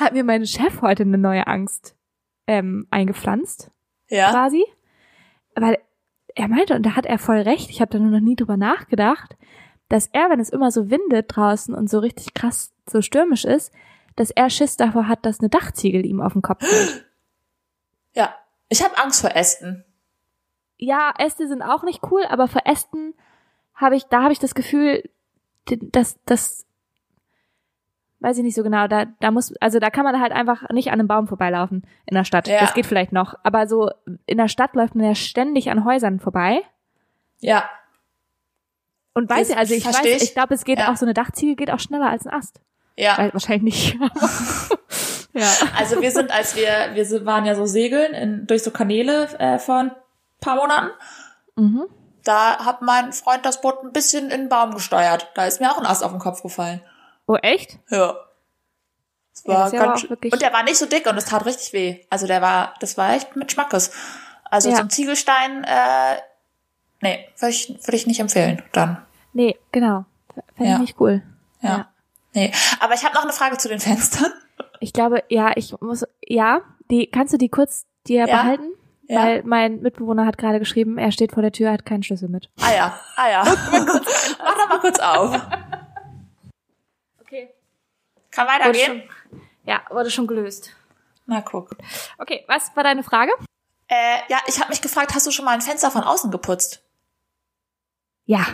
[SPEAKER 2] hat mir mein Chef heute eine neue Angst ähm, eingepflanzt,
[SPEAKER 1] ja.
[SPEAKER 2] quasi, weil er meinte, und da hat er voll recht, ich habe da nur noch nie drüber nachgedacht, dass er, wenn es immer so windet draußen und so richtig krass, so stürmisch ist, dass er Schiss davor hat, dass eine Dachziegel ihm auf den Kopf fällt.
[SPEAKER 1] Ja. Ich habe Angst vor Ästen.
[SPEAKER 2] Ja, Äste sind auch nicht cool, aber vor Ästen habe ich, da habe ich das Gefühl, dass das weiß ich nicht so genau, da, da muss, also da kann man halt einfach nicht an einem Baum vorbeilaufen in der Stadt.
[SPEAKER 1] Ja.
[SPEAKER 2] Das geht vielleicht noch. Aber so in der Stadt läuft man ja ständig an Häusern vorbei.
[SPEAKER 1] Ja,
[SPEAKER 2] Und weiß
[SPEAKER 1] Das
[SPEAKER 2] ja, also ich weiß,
[SPEAKER 1] versteh ich.
[SPEAKER 2] ich, glaube, es geht
[SPEAKER 1] Ja.
[SPEAKER 2] auch so eine Dachziegel geht auch schneller als ein Ast.
[SPEAKER 1] ja.
[SPEAKER 2] Weil, wahrscheinlich nicht. aber-
[SPEAKER 1] (laughs)
[SPEAKER 2] ja.
[SPEAKER 1] Also wir sind, als wir, wir sind- waren ja so segeln in, durch so Kanäle äh, vor ein paar Monaten.
[SPEAKER 2] Mhm.
[SPEAKER 1] Da hat mein Freund das Boot ein bisschen in den Baum gesteuert. Da ist mir auch ein Ast auf den Kopf gefallen.
[SPEAKER 2] Oh, echt?
[SPEAKER 1] Ja. Das
[SPEAKER 2] Ja,
[SPEAKER 1] war
[SPEAKER 2] das ist ja
[SPEAKER 1] ganz
[SPEAKER 2] aber auch wirklich-
[SPEAKER 1] und der war nicht so dick und es tat richtig weh. Also der war, das war echt mit Schmackes. Also
[SPEAKER 2] Ja.
[SPEAKER 1] so ein Ziegelstein, äh, nee, würde ich, würd ich nicht empfehlen dann.
[SPEAKER 2] Nee, genau. Fände
[SPEAKER 1] Ja.
[SPEAKER 2] ich nicht cool.
[SPEAKER 1] Ja. Nee. Aber ich habe noch eine Frage zu den Fenstern.
[SPEAKER 2] Ich glaube, ja, ich muss, ja, die, kannst du die kurz
[SPEAKER 1] Ja.
[SPEAKER 2] dir behalten?
[SPEAKER 1] Ja.
[SPEAKER 2] Weil mein Mitbewohner hat gerade geschrieben, er steht vor der Tür, hat keinen Schlüssel mit.
[SPEAKER 1] Ah ja, ah
[SPEAKER 2] (laughs)
[SPEAKER 1] ja. Mach doch mal kurz auf.
[SPEAKER 2] Okay.
[SPEAKER 1] Kann
[SPEAKER 2] Wurde
[SPEAKER 1] weitergehen?
[SPEAKER 2] schon, ja, wurde schon gelöst.
[SPEAKER 1] Na guck.
[SPEAKER 2] Okay, was war deine Frage?
[SPEAKER 1] Äh, ja, ich habe mich gefragt, hast du schon mal ein Fenster von außen geputzt?
[SPEAKER 2] Ja.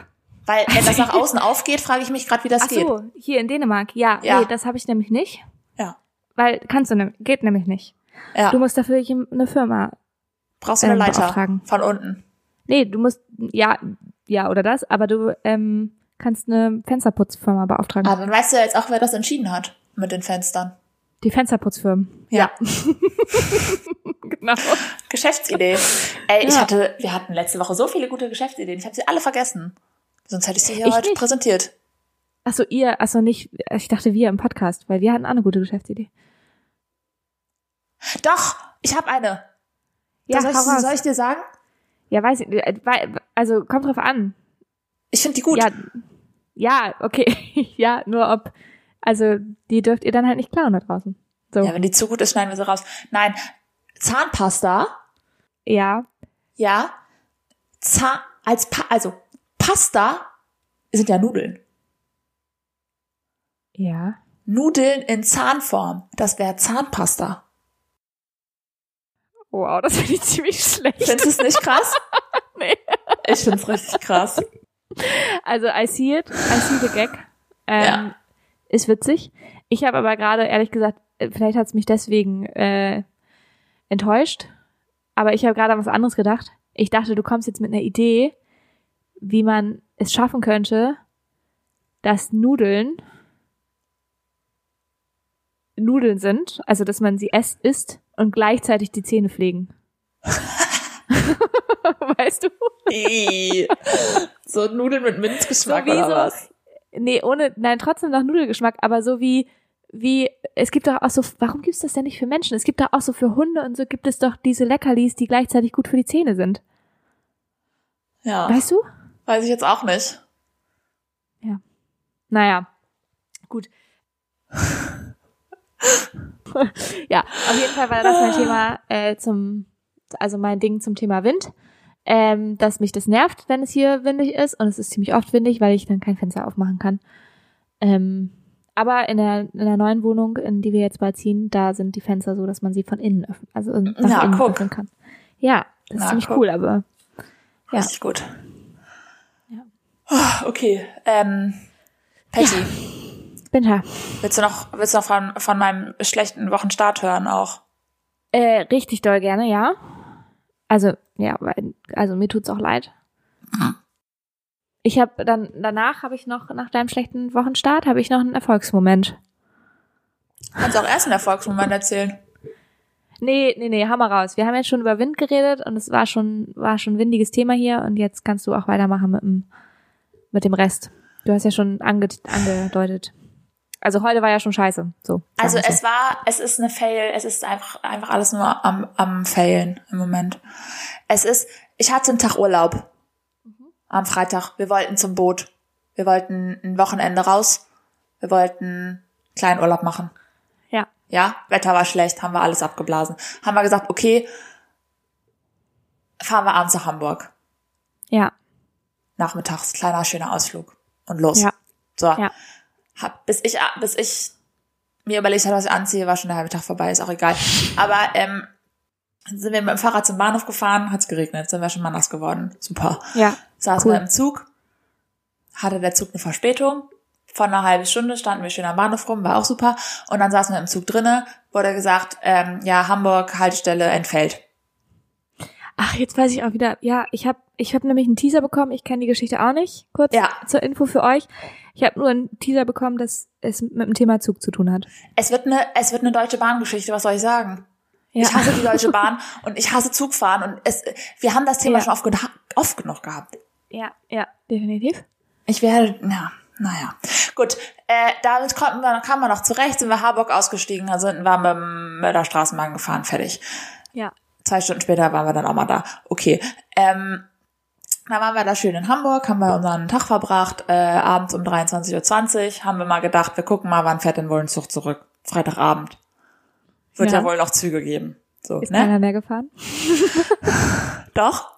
[SPEAKER 1] Weil wenn das
[SPEAKER 2] (laughs)
[SPEAKER 1] nach außen aufgeht, frage ich mich gerade, wie das
[SPEAKER 2] Ach
[SPEAKER 1] geht.
[SPEAKER 2] so, hier in Dänemark. Ja,
[SPEAKER 1] Ja.
[SPEAKER 2] nee, das habe ich nämlich nicht.
[SPEAKER 1] Ja.
[SPEAKER 2] Weil kannst du nämlich, geht nämlich nicht.
[SPEAKER 1] Ja.
[SPEAKER 2] Du musst dafür jem- eine Firma.
[SPEAKER 1] Brauchst du eine
[SPEAKER 2] ähm,
[SPEAKER 1] Leiter
[SPEAKER 2] beauftragen. Mhm.
[SPEAKER 1] von unten?
[SPEAKER 2] Nee, du musst, ja, ja oder das, aber du ähm, kannst eine Fensterputzfirma beauftragen.
[SPEAKER 1] Aber dann weißt du ja jetzt auch, wer das entschieden hat mit den Fenstern.
[SPEAKER 2] Die Fensterputzfirmen.
[SPEAKER 1] Ja.
[SPEAKER 2] Genau.
[SPEAKER 1] Geschäftsidee. Ey, ich
[SPEAKER 2] Ja.
[SPEAKER 1] hatte, wir hatten letzte Woche so viele gute Geschäftsideen. Ich habe sie alle vergessen. Sonst hätte ich sie hier
[SPEAKER 2] Ich
[SPEAKER 1] heute
[SPEAKER 2] nicht.
[SPEAKER 1] präsentiert.
[SPEAKER 2] Achso, ihr, achso, nicht, ich dachte wir im Podcast, weil wir hatten auch eine gute Geschäftsidee.
[SPEAKER 1] Doch, ich habe eine.
[SPEAKER 2] Ja,
[SPEAKER 1] soll, ich,
[SPEAKER 2] hau raus.
[SPEAKER 1] soll ich dir sagen?
[SPEAKER 2] ja weiß ich, äh, weil- also kommt drauf an.
[SPEAKER 1] Ich finde die gut.
[SPEAKER 2] Ja, ja, okay. (laughs) ja, nur ob, also die dürft ihr dann halt nicht klauen da draußen. So.
[SPEAKER 1] ja, wenn die zu gut ist, schneiden wir sie raus. Nein, Zahnpasta.
[SPEAKER 2] Ja,
[SPEAKER 1] Ja. Zahn, als pa also Pasta sind ja Nudeln.
[SPEAKER 2] ja.
[SPEAKER 1] Nudeln in Zahnform, das wäre Zahnpasta.
[SPEAKER 2] Wow, das finde ich ziemlich schlecht.
[SPEAKER 1] Findest du es nicht (laughs) krass?
[SPEAKER 2] Nee.
[SPEAKER 1] Ich find's richtig krass.
[SPEAKER 2] Also I see it, I see the gag. Ähm,
[SPEAKER 1] Ja.
[SPEAKER 2] Ist witzig. Ich habe aber gerade, ehrlich gesagt, äh, vielleicht hat es mich deswegen äh, enttäuscht, aber ich habe gerade an was anderes gedacht. Ich dachte, du kommst jetzt mit einer Idee, wie man es schaffen könnte, dass Nudeln Nudeln sind, also dass man sie esst, isst und gleichzeitig die Zähne pflegen. (laughs) weißt du?
[SPEAKER 1] Ih. so Nudeln mit Minzgeschmack oder was?
[SPEAKER 2] Nee, ohne, nein, trotzdem noch Nudelgeschmack, aber so wie, wie, es gibt doch auch so, warum gibt's das denn nicht für Menschen? Es gibt doch auch so für Hunde und so gibt es doch diese Leckerlis, die gleichzeitig gut für die Zähne sind.
[SPEAKER 1] Ja,
[SPEAKER 2] Weißt du?
[SPEAKER 1] weiß ich jetzt auch nicht.
[SPEAKER 2] Naja, gut. ja, auf jeden Fall war das mein Thema äh, zum, also mein Ding zum Thema Wind, ähm, dass mich das nervt, wenn es hier windig ist und es ist ziemlich oft windig, weil ich dann kein Fenster aufmachen kann. Ähm, aber in der, in der neuen Wohnung, in die wir jetzt bald ziehen, da sind die Fenster so, dass man sie von innen öffnen, also nach
[SPEAKER 1] Na,
[SPEAKER 2] innen
[SPEAKER 1] guck.
[SPEAKER 2] öffnen kann. Ja, das ist
[SPEAKER 1] Na,
[SPEAKER 2] ziemlich
[SPEAKER 1] guck.
[SPEAKER 2] cool, aber Ja.
[SPEAKER 1] Richtig gut.
[SPEAKER 2] Ja.
[SPEAKER 1] Ah, Okay, ähm, Patty,
[SPEAKER 2] Winter.
[SPEAKER 1] willst du noch, willst du noch von, von meinem schlechten Wochenstart hören auch?
[SPEAKER 2] Äh, richtig doll gerne, ja. Also, ja, weil- also mir tut's auch leid.
[SPEAKER 1] Mhm.
[SPEAKER 2] Ich habe dann danach habe ich noch nach deinem schlechten Wochenstart habe ich noch einen Erfolgsmoment.
[SPEAKER 1] Kannst auch erst einen Erfolgsmoment erzählen.
[SPEAKER 2] Nee, nee, nee, Hammer raus. Wir haben jetzt schon über Wind geredet und es war schon war schon ein windiges Thema hier und jetzt kannst du auch weitermachen mit dem mit dem Rest. Du hast ja schon ange angedeutet. Also heute war ja schon scheiße, so. sagen
[SPEAKER 1] Also
[SPEAKER 2] wir so.
[SPEAKER 1] es war, es ist eine Fail, es ist einfach, einfach alles nur am, am Failen im Moment. Es ist, ich hatte einen Tag Urlaub
[SPEAKER 2] Mhm.
[SPEAKER 1] am Freitag. Wir wollten zum Boot. Wir wollten ein Wochenende raus. Wir wollten einen kleinen Urlaub machen.
[SPEAKER 2] ja.
[SPEAKER 1] Ja, Wetter war schlecht, haben wir alles abgeblasen. Haben wir gesagt, okay, fahren wir abends nach Hamburg.
[SPEAKER 2] Ja.
[SPEAKER 1] Nachmittags, kleiner, schöner Ausflug. Und los.
[SPEAKER 2] Ja.
[SPEAKER 1] So.
[SPEAKER 2] Ja.
[SPEAKER 1] Hab, bis ich, ah, bis ich mir überlegt habe, was ich anziehe, war schon der halbe Tag vorbei, ist auch egal. Aber ähm, Dann sind wir mit dem Fahrrad zum Bahnhof gefahren, hat's geregnet, sind wir schon mal nass geworden. Super.
[SPEAKER 2] Ja.
[SPEAKER 1] Saßen
[SPEAKER 2] Cool.
[SPEAKER 1] wir im Zug, hatte der Zug eine Verspätung. Von einer halben Stunde standen wir schön am Bahnhof rum, war auch super. Und dann saßen wir im Zug drinne, wurde gesagt, ähm, ja, Hamburg, Haltestelle entfällt.
[SPEAKER 2] Ach, jetzt weiß ich auch wieder. Ja, ich habe ich hab nämlich einen Teaser bekommen. Ich kenne die Geschichte auch nicht. Kurz
[SPEAKER 1] Ja.
[SPEAKER 2] zur Info für euch. Ich habe nur einen Teaser bekommen, dass es mit dem Thema Zug zu tun hat.
[SPEAKER 1] Es wird eine, es wird eine deutsche Bahngeschichte, was soll ich sagen?
[SPEAKER 2] Ja.
[SPEAKER 1] Ich
[SPEAKER 2] (laughs)
[SPEAKER 1] hasse die Deutsche Bahn und ich hasse Zugfahren und es, wir haben das Thema
[SPEAKER 2] Ja.
[SPEAKER 1] schon oft, gena- oft genug gehabt.
[SPEAKER 2] ja, ja,
[SPEAKER 1] Ne?
[SPEAKER 2] definitiv.
[SPEAKER 1] Ich werde, ja, naja. Gut, äh, damit konnten wir, kamen wir noch zurecht, sind wir Harburg ausgestiegen, dann sind, waren wir mit der Straßenbahn gefahren, fertig.
[SPEAKER 2] Ja.
[SPEAKER 1] Zwei Stunden später waren wir dann auch mal da. Okay, ähm, dann waren wir da schön in Hamburg, haben wir unseren Tag verbracht, äh, abends um 23.20 Uhr, haben wir mal gedacht, wir gucken mal, wann fährt denn wohl ein Zug zurück? Freitagabend. Wird ja,
[SPEAKER 2] Ja.
[SPEAKER 1] wohl noch Züge geben. So,
[SPEAKER 2] Ist
[SPEAKER 1] ne?
[SPEAKER 2] keiner mehr gefahren?
[SPEAKER 1] Doch.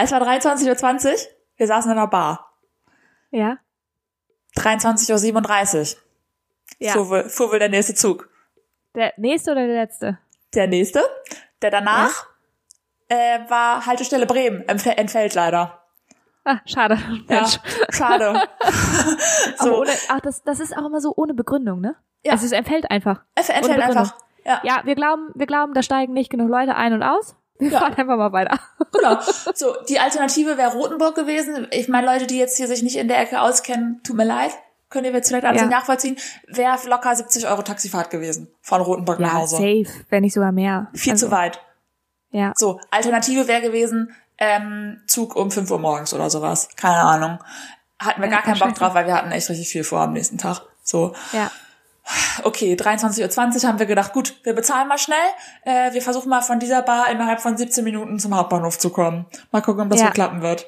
[SPEAKER 1] Es war 23.20 Uhr, wir saßen in der Bar.
[SPEAKER 2] Ja.
[SPEAKER 1] 23.37 Uhr,
[SPEAKER 2] Ja.
[SPEAKER 1] fuhr, wohl- fuhr wohl der nächste Zug.
[SPEAKER 2] Der nächste oder der letzte?
[SPEAKER 1] Der nächste, der danach, äh, war Haltestelle Bremen, entf- entfällt leider.
[SPEAKER 2] Ah, schade.
[SPEAKER 1] Ja,
[SPEAKER 2] (laughs) Mensch. (laughs)
[SPEAKER 1] schade.
[SPEAKER 2] Aber
[SPEAKER 1] so,
[SPEAKER 2] ohne, ach, das, das ist auch immer so ohne Begründung, ne?
[SPEAKER 1] Ja.
[SPEAKER 2] Also es entfällt einfach.
[SPEAKER 1] es entfällt
[SPEAKER 2] ohne Begründung.
[SPEAKER 1] einfach. Ja,
[SPEAKER 2] Ja, wir glauben, wir glauben, da steigen nicht genug Leute ein und aus. Wir
[SPEAKER 1] Ja.
[SPEAKER 2] fahren einfach mal weiter.
[SPEAKER 1] genau. So, die Alternative wäre Rotenburg gewesen. Ich meine, Leute, die jetzt hier sich nicht in der Ecke auskennen, tut mir leid. Könnt ihr mir vielleicht alles
[SPEAKER 2] Ja.
[SPEAKER 1] nicht nachvollziehen? Wäre locker 70 Euro Taxifahrt gewesen. Von Rotenburg nach Hause.
[SPEAKER 2] Ah, safe, wenn nicht sogar mehr.
[SPEAKER 1] also. Viel
[SPEAKER 2] Also,
[SPEAKER 1] zu weit.
[SPEAKER 2] Ja.
[SPEAKER 1] So, Alternative wäre gewesen, ähm, Zug um 5 Uhr morgens oder sowas. Keine Ahnung. Hatten wir
[SPEAKER 2] Ja,
[SPEAKER 1] gar keinen Bock
[SPEAKER 2] scheiße.
[SPEAKER 1] drauf, weil wir hatten echt richtig viel vor am nächsten Tag. So,
[SPEAKER 2] Ja.
[SPEAKER 1] okay, 23.20 Uhr haben wir gedacht, gut, wir bezahlen mal schnell. Äh, wir versuchen mal von dieser Bar innerhalb von 17 Minuten zum Hauptbahnhof zu kommen. Mal gucken, ob das
[SPEAKER 2] Ja.
[SPEAKER 1] so klappen wird.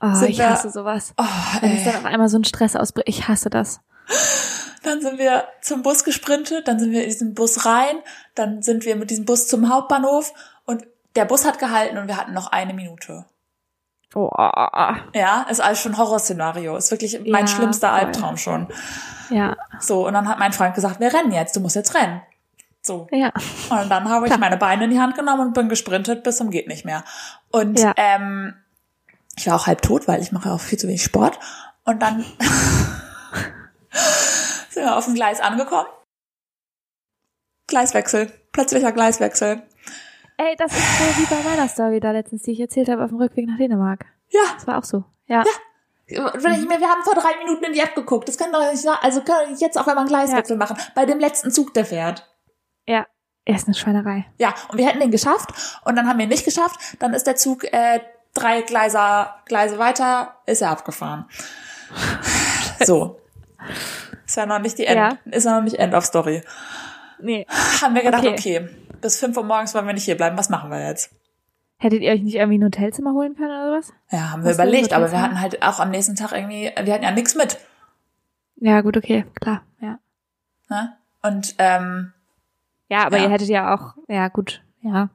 [SPEAKER 2] Oh,
[SPEAKER 1] Sind
[SPEAKER 2] ich
[SPEAKER 1] wir-
[SPEAKER 2] hasse sowas.
[SPEAKER 1] Oh,
[SPEAKER 2] Wenn es
[SPEAKER 1] ey.
[SPEAKER 2] dann auf einmal so ein Stress ausbricht. Ich hasse das.
[SPEAKER 1] Dann sind wir zum Bus gesprintet, dann sind wir in diesen Bus rein, dann sind wir mit diesem Bus zum Hauptbahnhof und der Bus hat gehalten und wir hatten noch eine Minute.
[SPEAKER 2] Oh, oh, oh, oh.
[SPEAKER 1] Ja, ist alles schon Horrorszenario. Ist wirklich mein
[SPEAKER 2] Ja,
[SPEAKER 1] schlimmster
[SPEAKER 2] voll.
[SPEAKER 1] Albtraum schon.
[SPEAKER 2] Ja,
[SPEAKER 1] So, und dann hat mein Freund gesagt, wir rennen jetzt, du musst jetzt rennen. So.
[SPEAKER 2] ja.
[SPEAKER 1] Und dann habe ich
[SPEAKER 2] Klar.
[SPEAKER 1] meine Beine in die Hand genommen und bin gesprintet bis zum geht nicht mehr. Und
[SPEAKER 2] Ja.
[SPEAKER 1] ähm, ich war auch halb tot, weil ich mache auch viel zu wenig Sport. Und dann (laughs) sind wir auf dem Gleis angekommen. Gleiswechsel, plötzlicher Gleiswechsel.
[SPEAKER 2] Ey, das ist so wie bei meiner Story da letztens, die ich erzählt habe auf dem Rückweg nach Dänemark.
[SPEAKER 1] Ja,
[SPEAKER 2] Das war auch so. Ja.
[SPEAKER 1] Wenn
[SPEAKER 2] Mhm.
[SPEAKER 1] ich mir, wir haben vor drei Minuten in die App geguckt. Das kann doch nicht sein. Also kann ich jetzt auch einmal einen Gleiswechsel machen. Bei dem letzten Zug, der fährt.
[SPEAKER 2] Ja. Er ist eine Schweinerei.
[SPEAKER 1] Ja, und wir hätten den geschafft und dann haben wir ihn nicht geschafft. Dann ist der Zug äh, drei Gleiser, Gleise weiter, ist er abgefahren.
[SPEAKER 2] (laughs)
[SPEAKER 1] So. Ist ja noch nicht die End,
[SPEAKER 2] Ja.
[SPEAKER 1] ist ja noch nicht End of Story.
[SPEAKER 2] Nee.
[SPEAKER 1] Haben wir gedacht, okay,
[SPEAKER 2] Okay.
[SPEAKER 1] bis fünf Uhr morgens wollen wir nicht hier bleiben, was machen wir jetzt? Hättet
[SPEAKER 2] Hättet ihr euch nicht irgendwie ein Hotelzimmer holen können oder was?
[SPEAKER 1] Ja, haben wir
[SPEAKER 2] Was soll
[SPEAKER 1] überlegt,
[SPEAKER 2] das
[SPEAKER 1] aber
[SPEAKER 2] jetzt
[SPEAKER 1] wir
[SPEAKER 2] sein?
[SPEAKER 1] hatten halt auch am nächsten Tag irgendwie, wir hatten ja nichts mit.
[SPEAKER 2] Ja, gut, okay, klar. Ja.
[SPEAKER 1] Ne? Und ähm,
[SPEAKER 2] Ja, aber
[SPEAKER 1] Ja.
[SPEAKER 2] ihr hättet ja auch, ja, gut, ja.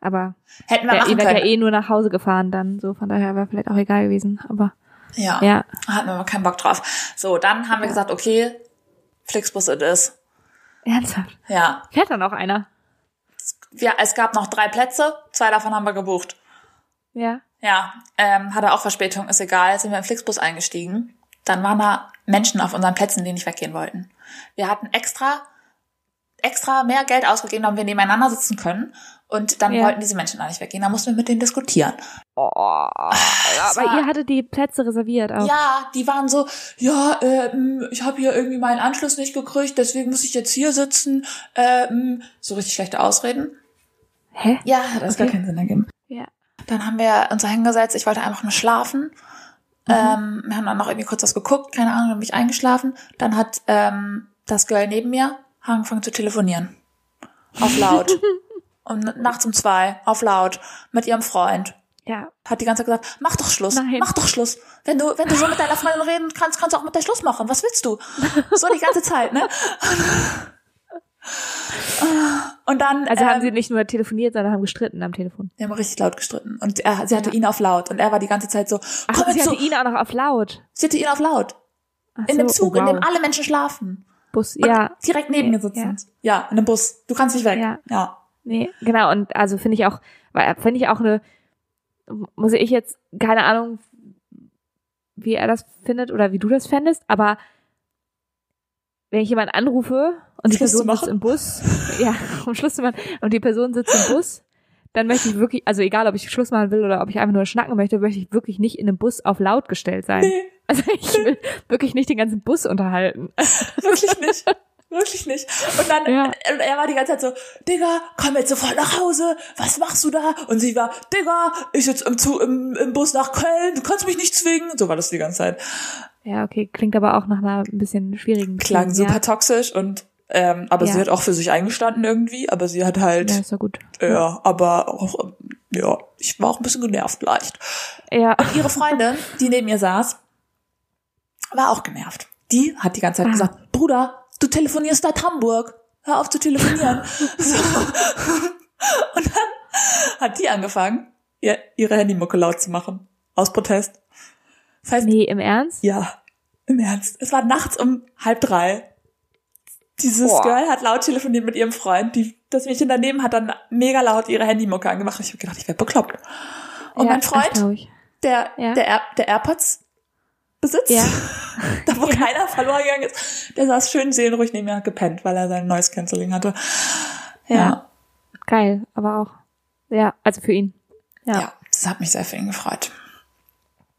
[SPEAKER 2] Aber
[SPEAKER 1] hätten wir
[SPEAKER 2] ja, ihr
[SPEAKER 1] machen
[SPEAKER 2] wärt ja
[SPEAKER 1] können.
[SPEAKER 2] eh nur nach Hause gefahren dann, so von daher wäre vielleicht auch egal gewesen. Aber
[SPEAKER 1] Ja,
[SPEAKER 2] ja,
[SPEAKER 1] hatten wir aber keinen Bock drauf. So, dann haben wir
[SPEAKER 2] Ja.
[SPEAKER 1] gesagt, okay, Flixbus it is.
[SPEAKER 2] ernsthaft.
[SPEAKER 1] Ja,
[SPEAKER 2] Fährt dann auch einer.
[SPEAKER 1] wir, es gab noch drei Plätze, zwei davon haben wir gebucht.
[SPEAKER 2] Ja.
[SPEAKER 1] Ja, ähm, hatte auch Verspätung, ist egal, sind wir im Flixbus eingestiegen. Dann waren da Menschen auf unseren Plätzen, die nicht weggehen wollten. Wir hatten extra, extra mehr Geld ausgegeben, damit wir nebeneinander sitzen können. Und dann
[SPEAKER 2] Ja.
[SPEAKER 1] wollten diese Menschen da nicht weggehen. Da mussten wir mit denen diskutieren.
[SPEAKER 2] Oh, aber
[SPEAKER 1] war-
[SPEAKER 2] ihr hattet die Plätze reserviert auch.
[SPEAKER 1] Ja, die waren so, ja, ähm, ich habe hier irgendwie meinen Anschluss nicht gekriegt, deswegen muss ich jetzt hier sitzen. Ähm, so richtig schlechte Ausreden.
[SPEAKER 2] Hä?
[SPEAKER 1] Ja, hat das gar
[SPEAKER 2] Okay.
[SPEAKER 1] keinen Sinn ergeben.
[SPEAKER 2] Ja.
[SPEAKER 1] Dann haben wir uns da hingesetzt. Ich wollte einfach nur schlafen.
[SPEAKER 2] Mhm.
[SPEAKER 1] Ähm, wir haben dann noch irgendwie kurz was geguckt. Keine Ahnung, dann bin ich eingeschlafen. Dann hat ähm, das Girl neben mir angefangen zu telefonieren. Auf
[SPEAKER 2] (laughs)
[SPEAKER 1] laut. um, nachts um zwei. Auf laut. Mit ihrem Freund.
[SPEAKER 2] Ja.
[SPEAKER 1] Hat die ganze Zeit gesagt, mach doch Schluss,
[SPEAKER 2] Nein.
[SPEAKER 1] mach doch Schluss. Wenn du, wenn du so mit deiner Freundin reden kannst, kannst du auch mit der Schluss machen. Was willst du? So die ganze Zeit,
[SPEAKER 2] (laughs)
[SPEAKER 1] ne? Und dann.
[SPEAKER 2] Also haben
[SPEAKER 1] ähm,
[SPEAKER 2] sie nicht nur telefoniert, sondern haben gestritten am Telefon.
[SPEAKER 1] wir haben richtig laut gestritten. Und er, sie hatte ihn auf laut. Und er war die ganze Zeit so, komm
[SPEAKER 2] Ach, sie
[SPEAKER 1] jetzt
[SPEAKER 2] hatte
[SPEAKER 1] so.
[SPEAKER 2] ihn auch noch auf laut.
[SPEAKER 1] Sie hatte ihn auf laut.
[SPEAKER 2] Ach
[SPEAKER 1] Also In
[SPEAKER 2] so,
[SPEAKER 1] dem Zug,
[SPEAKER 2] oh,
[SPEAKER 1] in
[SPEAKER 2] wow.
[SPEAKER 1] dem alle Menschen schlafen.
[SPEAKER 2] Bus,
[SPEAKER 1] Und
[SPEAKER 2] ja,
[SPEAKER 1] direkt neben mir sitzen. Ja. in dem Bus. Du kannst nicht weg.
[SPEAKER 2] Ja.
[SPEAKER 1] Ja.
[SPEAKER 2] Nee, genau. Und also finde ich auch, weil finde ich auch eine, muss ich jetzt, keine Ahnung, wie er das findet oder wie du das fändest, aber wenn ich jemanden anrufe und die
[SPEAKER 1] Schluss zu
[SPEAKER 2] Person sitzt
[SPEAKER 1] machen?
[SPEAKER 2] im Bus, ja, (laughs) um Schluss zu machen, und die Person sitzt im Bus, dann möchte ich wirklich, also egal, ob ich Schluss machen will oder ob ich einfach nur schnacken möchte, möchte ich wirklich nicht in einem Bus auf laut gestellt sein.
[SPEAKER 1] Nee. (laughs)
[SPEAKER 2] Also ich will wirklich nicht den ganzen Bus unterhalten.
[SPEAKER 1] Wirklich nicht. Wirklich nicht. Und dann,
[SPEAKER 2] Ja.
[SPEAKER 1] und er war die ganze Zeit so, Digga, komm jetzt sofort nach Hause, was machst du da? Und sie war, Digga, ich sitze im, Zu- im, im Bus nach Köln, du kannst mich nicht zwingen. So war das die ganze Zeit.
[SPEAKER 2] Ja, okay, klingt aber auch nach einer ein bisschen schwierigen
[SPEAKER 1] Klang
[SPEAKER 2] Beziehung,
[SPEAKER 1] super toxisch und, ähm, aber
[SPEAKER 2] Ja.
[SPEAKER 1] sie hat auch für sich eingestanden irgendwie, aber sie hat
[SPEAKER 2] Ja,
[SPEAKER 1] halt,
[SPEAKER 2] ja ist doch gut.
[SPEAKER 1] ja, aber auch, ähm, ja, ich war auch ein bisschen genervt leicht.
[SPEAKER 2] Ja.
[SPEAKER 1] Ihre Freundin, die neben ihr saß, war auch genervt. Die hat die ganze Zeit
[SPEAKER 2] Ah.
[SPEAKER 1] gesagt, Bruder, du telefonierst seit Hamburg. Hör auf zu telefonieren. so. Und dann hat die angefangen, ihr, ihre Handymucke laut zu machen. Aus Protest. Das heißt,
[SPEAKER 2] Nee, im Ernst?
[SPEAKER 1] ja, im Ernst. Es war nachts um halb drei. Dieses
[SPEAKER 2] Boah.
[SPEAKER 1] Girl hat laut telefoniert mit ihrem Freund. Die, das Mädchen daneben hat dann mega laut ihre Handymucke angemacht. Ich habe gedacht, ich werde bekloppt. Und
[SPEAKER 2] ja,
[SPEAKER 1] mein Freund,
[SPEAKER 2] das glaub ich.
[SPEAKER 1] der,
[SPEAKER 2] Ja.
[SPEAKER 1] der, Air, der AirPods besitzt,
[SPEAKER 2] Ja.
[SPEAKER 1] (laughs) da wo keiner verloren gegangen ist, der saß schön seelenruhig neben mir und hat gepennt, weil er sein Noise Cancelling hatte. Ja.
[SPEAKER 2] Ja. Geil, aber auch. Ja, also für ihn.
[SPEAKER 1] ja,
[SPEAKER 2] Ja.
[SPEAKER 1] das hat mich sehr für ihn gefreut.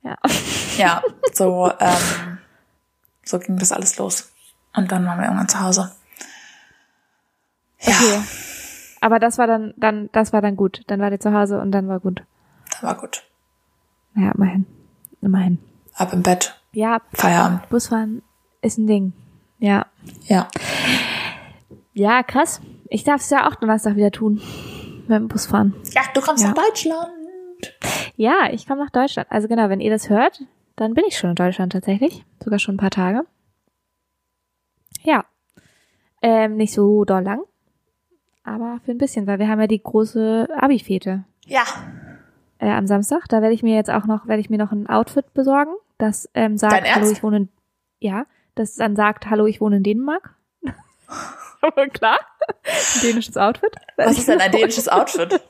[SPEAKER 2] Ja. (laughs)
[SPEAKER 1] Ja, so, ähm, so ging das alles los. Und dann waren wir irgendwann zu Hause. Ja,
[SPEAKER 2] Okay. Aber das war dann, dann, das war dann gut. Dann war der zu Hause und dann war gut.
[SPEAKER 1] das war gut.
[SPEAKER 2] Ja, immerhin. Immerhin.
[SPEAKER 1] Ab im Bett,
[SPEAKER 2] Ja,
[SPEAKER 1] Feierabend.
[SPEAKER 2] Busfahren ist ein Ding. Ja.
[SPEAKER 1] Ja,
[SPEAKER 2] Ja, krass. Ich darf es ja auch Donnerstag wieder tun. Mit dem Busfahren.
[SPEAKER 1] ja du kommst
[SPEAKER 2] Ja.
[SPEAKER 1] nach Deutschland.
[SPEAKER 2] Ja, ich komme nach Deutschland. Also genau, wenn ihr das hört, dann bin ich schon in Deutschland tatsächlich. Sogar schon ein paar Tage. Ja. Ähm, nicht so doll lang. Aber für ein bisschen, weil wir haben ja die große Abi-Fete
[SPEAKER 1] Ja,
[SPEAKER 2] äh, am Samstag. Da werde ich mir jetzt auch noch, werde ich mir noch ein Outfit besorgen, das ähm, sagt,
[SPEAKER 1] Dein Ernst?
[SPEAKER 2] hallo, ich wohne in, ja, das dann sagt, hallo, ich wohne in Dänemark. (laughs) Aber klar, ein dänisches Outfit.
[SPEAKER 1] was ist denn
[SPEAKER 2] (laughs)
[SPEAKER 1] ein dänisches Outfit?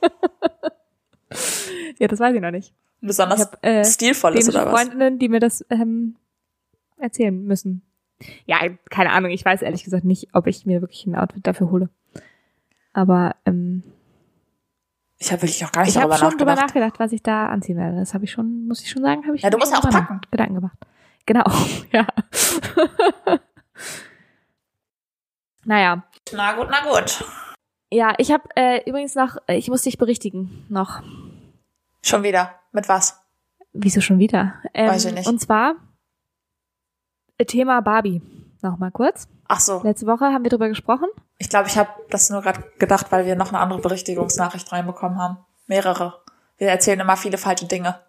[SPEAKER 2] Ja, das weiß ich noch nicht.
[SPEAKER 1] Ein
[SPEAKER 2] Ich
[SPEAKER 1] Besonders
[SPEAKER 2] hab, äh,
[SPEAKER 1] stilvolles
[SPEAKER 2] dänische
[SPEAKER 1] oder was?
[SPEAKER 2] Freundinnen, die mir das ähm, erzählen müssen. Ja, keine Ahnung. Ich weiß ehrlich gesagt nicht, ob ich mir wirklich ein Outfit dafür hole. Aber ähm,
[SPEAKER 1] Ich habe wirklich noch gar nicht
[SPEAKER 2] ich habe
[SPEAKER 1] darüber
[SPEAKER 2] schon drüber
[SPEAKER 1] nachgedacht.
[SPEAKER 2] nachgedacht, was ich da anziehen werde. Das habe ich schon, muss ich schon sagen, habe ich
[SPEAKER 1] Ja, du
[SPEAKER 2] mir
[SPEAKER 1] musst
[SPEAKER 2] schon
[SPEAKER 1] ja auch
[SPEAKER 2] drüber
[SPEAKER 1] packen.
[SPEAKER 2] Gedanken gemacht. Genau, (laughs) ja. naja,
[SPEAKER 1] Na gut, na gut.
[SPEAKER 2] ja, ich habe äh, übrigens noch, äh, ich muss dich berichtigen noch.
[SPEAKER 1] Schon wieder. Mit was?
[SPEAKER 2] Wieso schon wieder? Ähm,
[SPEAKER 1] Weiß ich nicht.
[SPEAKER 2] Und zwar äh, Thema Barbie. Nochmal kurz.
[SPEAKER 1] Ach so.
[SPEAKER 2] Letzte Woche haben wir drüber gesprochen.
[SPEAKER 1] Ich glaube, ich habe das nur gerade gedacht, weil wir noch eine andere Berichtigungsnachricht reinbekommen haben. Mehrere. Wir erzählen immer viele falsche Dinge.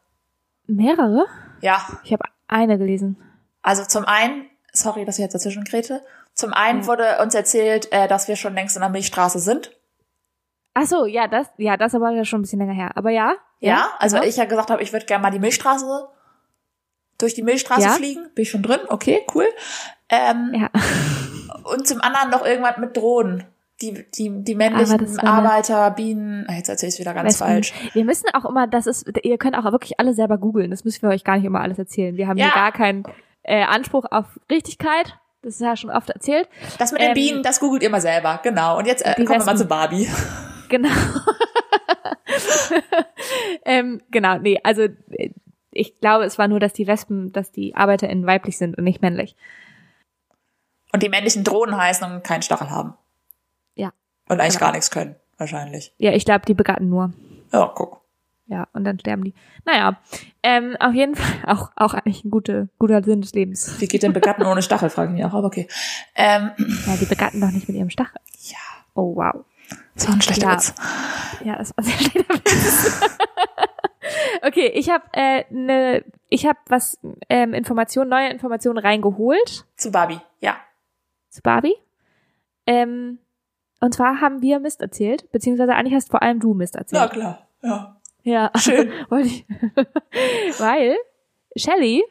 [SPEAKER 2] Mehrere?
[SPEAKER 1] Ja.
[SPEAKER 2] Ich habe eine gelesen.
[SPEAKER 1] Also zum einen, sorry, dass ich jetzt dazwischen krete. Zum einen
[SPEAKER 2] Ja.
[SPEAKER 1] wurde uns erzählt, äh, dass wir schon längst in der Milchstraße sind.
[SPEAKER 2] Ach so, ja, das, ja, das aber ja schon ein bisschen länger her. Aber ja.
[SPEAKER 1] Ja. Also
[SPEAKER 2] ja.
[SPEAKER 1] ich ja gesagt habe, ich würde gerne mal die Milchstraße durch die Milchstraße
[SPEAKER 2] Ja.
[SPEAKER 1] fliegen. Bin ich schon drin? Okay, cool. Ähm,
[SPEAKER 2] Ja.
[SPEAKER 1] (laughs) Und zum anderen noch irgendwas mit Drohnen. Die, die, die
[SPEAKER 2] Aber
[SPEAKER 1] männlichen
[SPEAKER 2] das war eine-
[SPEAKER 1] Arbeiter, Bienen. Ah, Jetzt erzähle ich es wieder ganz
[SPEAKER 2] Wespen.
[SPEAKER 1] falsch.
[SPEAKER 2] Wir müssen auch immer, das ist, ihr könnt auch wirklich alle selber googeln. Das müssen wir euch gar nicht immer alles erzählen. Wir haben
[SPEAKER 1] Ja.
[SPEAKER 2] hier gar keinen äh, Anspruch auf Richtigkeit. Das ist ja schon oft erzählt.
[SPEAKER 1] Das mit den
[SPEAKER 2] Ähm,
[SPEAKER 1] Bienen, das googelt ihr mal selber, genau. Und jetzt äh,
[SPEAKER 2] die
[SPEAKER 1] kommen wir mal
[SPEAKER 2] Wespen.
[SPEAKER 1] zu Barbie.
[SPEAKER 2] Genau. (laughs) ähm, genau, nee, also äh, ich glaube, es war nur, dass die Wespen, dass die ArbeiterInnen weiblich sind und nicht männlich.
[SPEAKER 1] Und die männlichen Drohnen heißen und keinen Stachel haben.
[SPEAKER 2] Ja.
[SPEAKER 1] Und eigentlich
[SPEAKER 2] Genau.
[SPEAKER 1] gar nichts können, wahrscheinlich.
[SPEAKER 2] Ja, ich glaube, die begatten nur.
[SPEAKER 1] Ja, guck.
[SPEAKER 2] Ja, und dann sterben die. Naja, ähm, auf jeden Fall (laughs) auch, auch eigentlich ein gute, guter Sinn des Lebens.
[SPEAKER 1] Wie geht denn Begatten ohne Stachel, frage ich mich auch, aber okay. Ähm, (clears throat)
[SPEAKER 2] Ja, die begatten doch nicht mit ihrem Stachel.
[SPEAKER 1] ja,
[SPEAKER 2] Oh, wow.
[SPEAKER 1] das war ein schlechter
[SPEAKER 2] Ja.
[SPEAKER 1] Witz.
[SPEAKER 2] Ja, das war (laughs) sehr schlechter Witz. (laughs) okay, ich habe äh, ne, ich habe was ähm, Informationen, neue Informationen reingeholt
[SPEAKER 1] Zu Barbie, ja.
[SPEAKER 2] zu Barbie. Ähm, und zwar haben wir Mist erzählt, beziehungsweise eigentlich hast vor allem du Mist
[SPEAKER 1] Na
[SPEAKER 2] erzählt.
[SPEAKER 1] klar, ja.
[SPEAKER 2] Ja,
[SPEAKER 1] Schön.
[SPEAKER 2] (laughs) wollte ich. Weil Shelley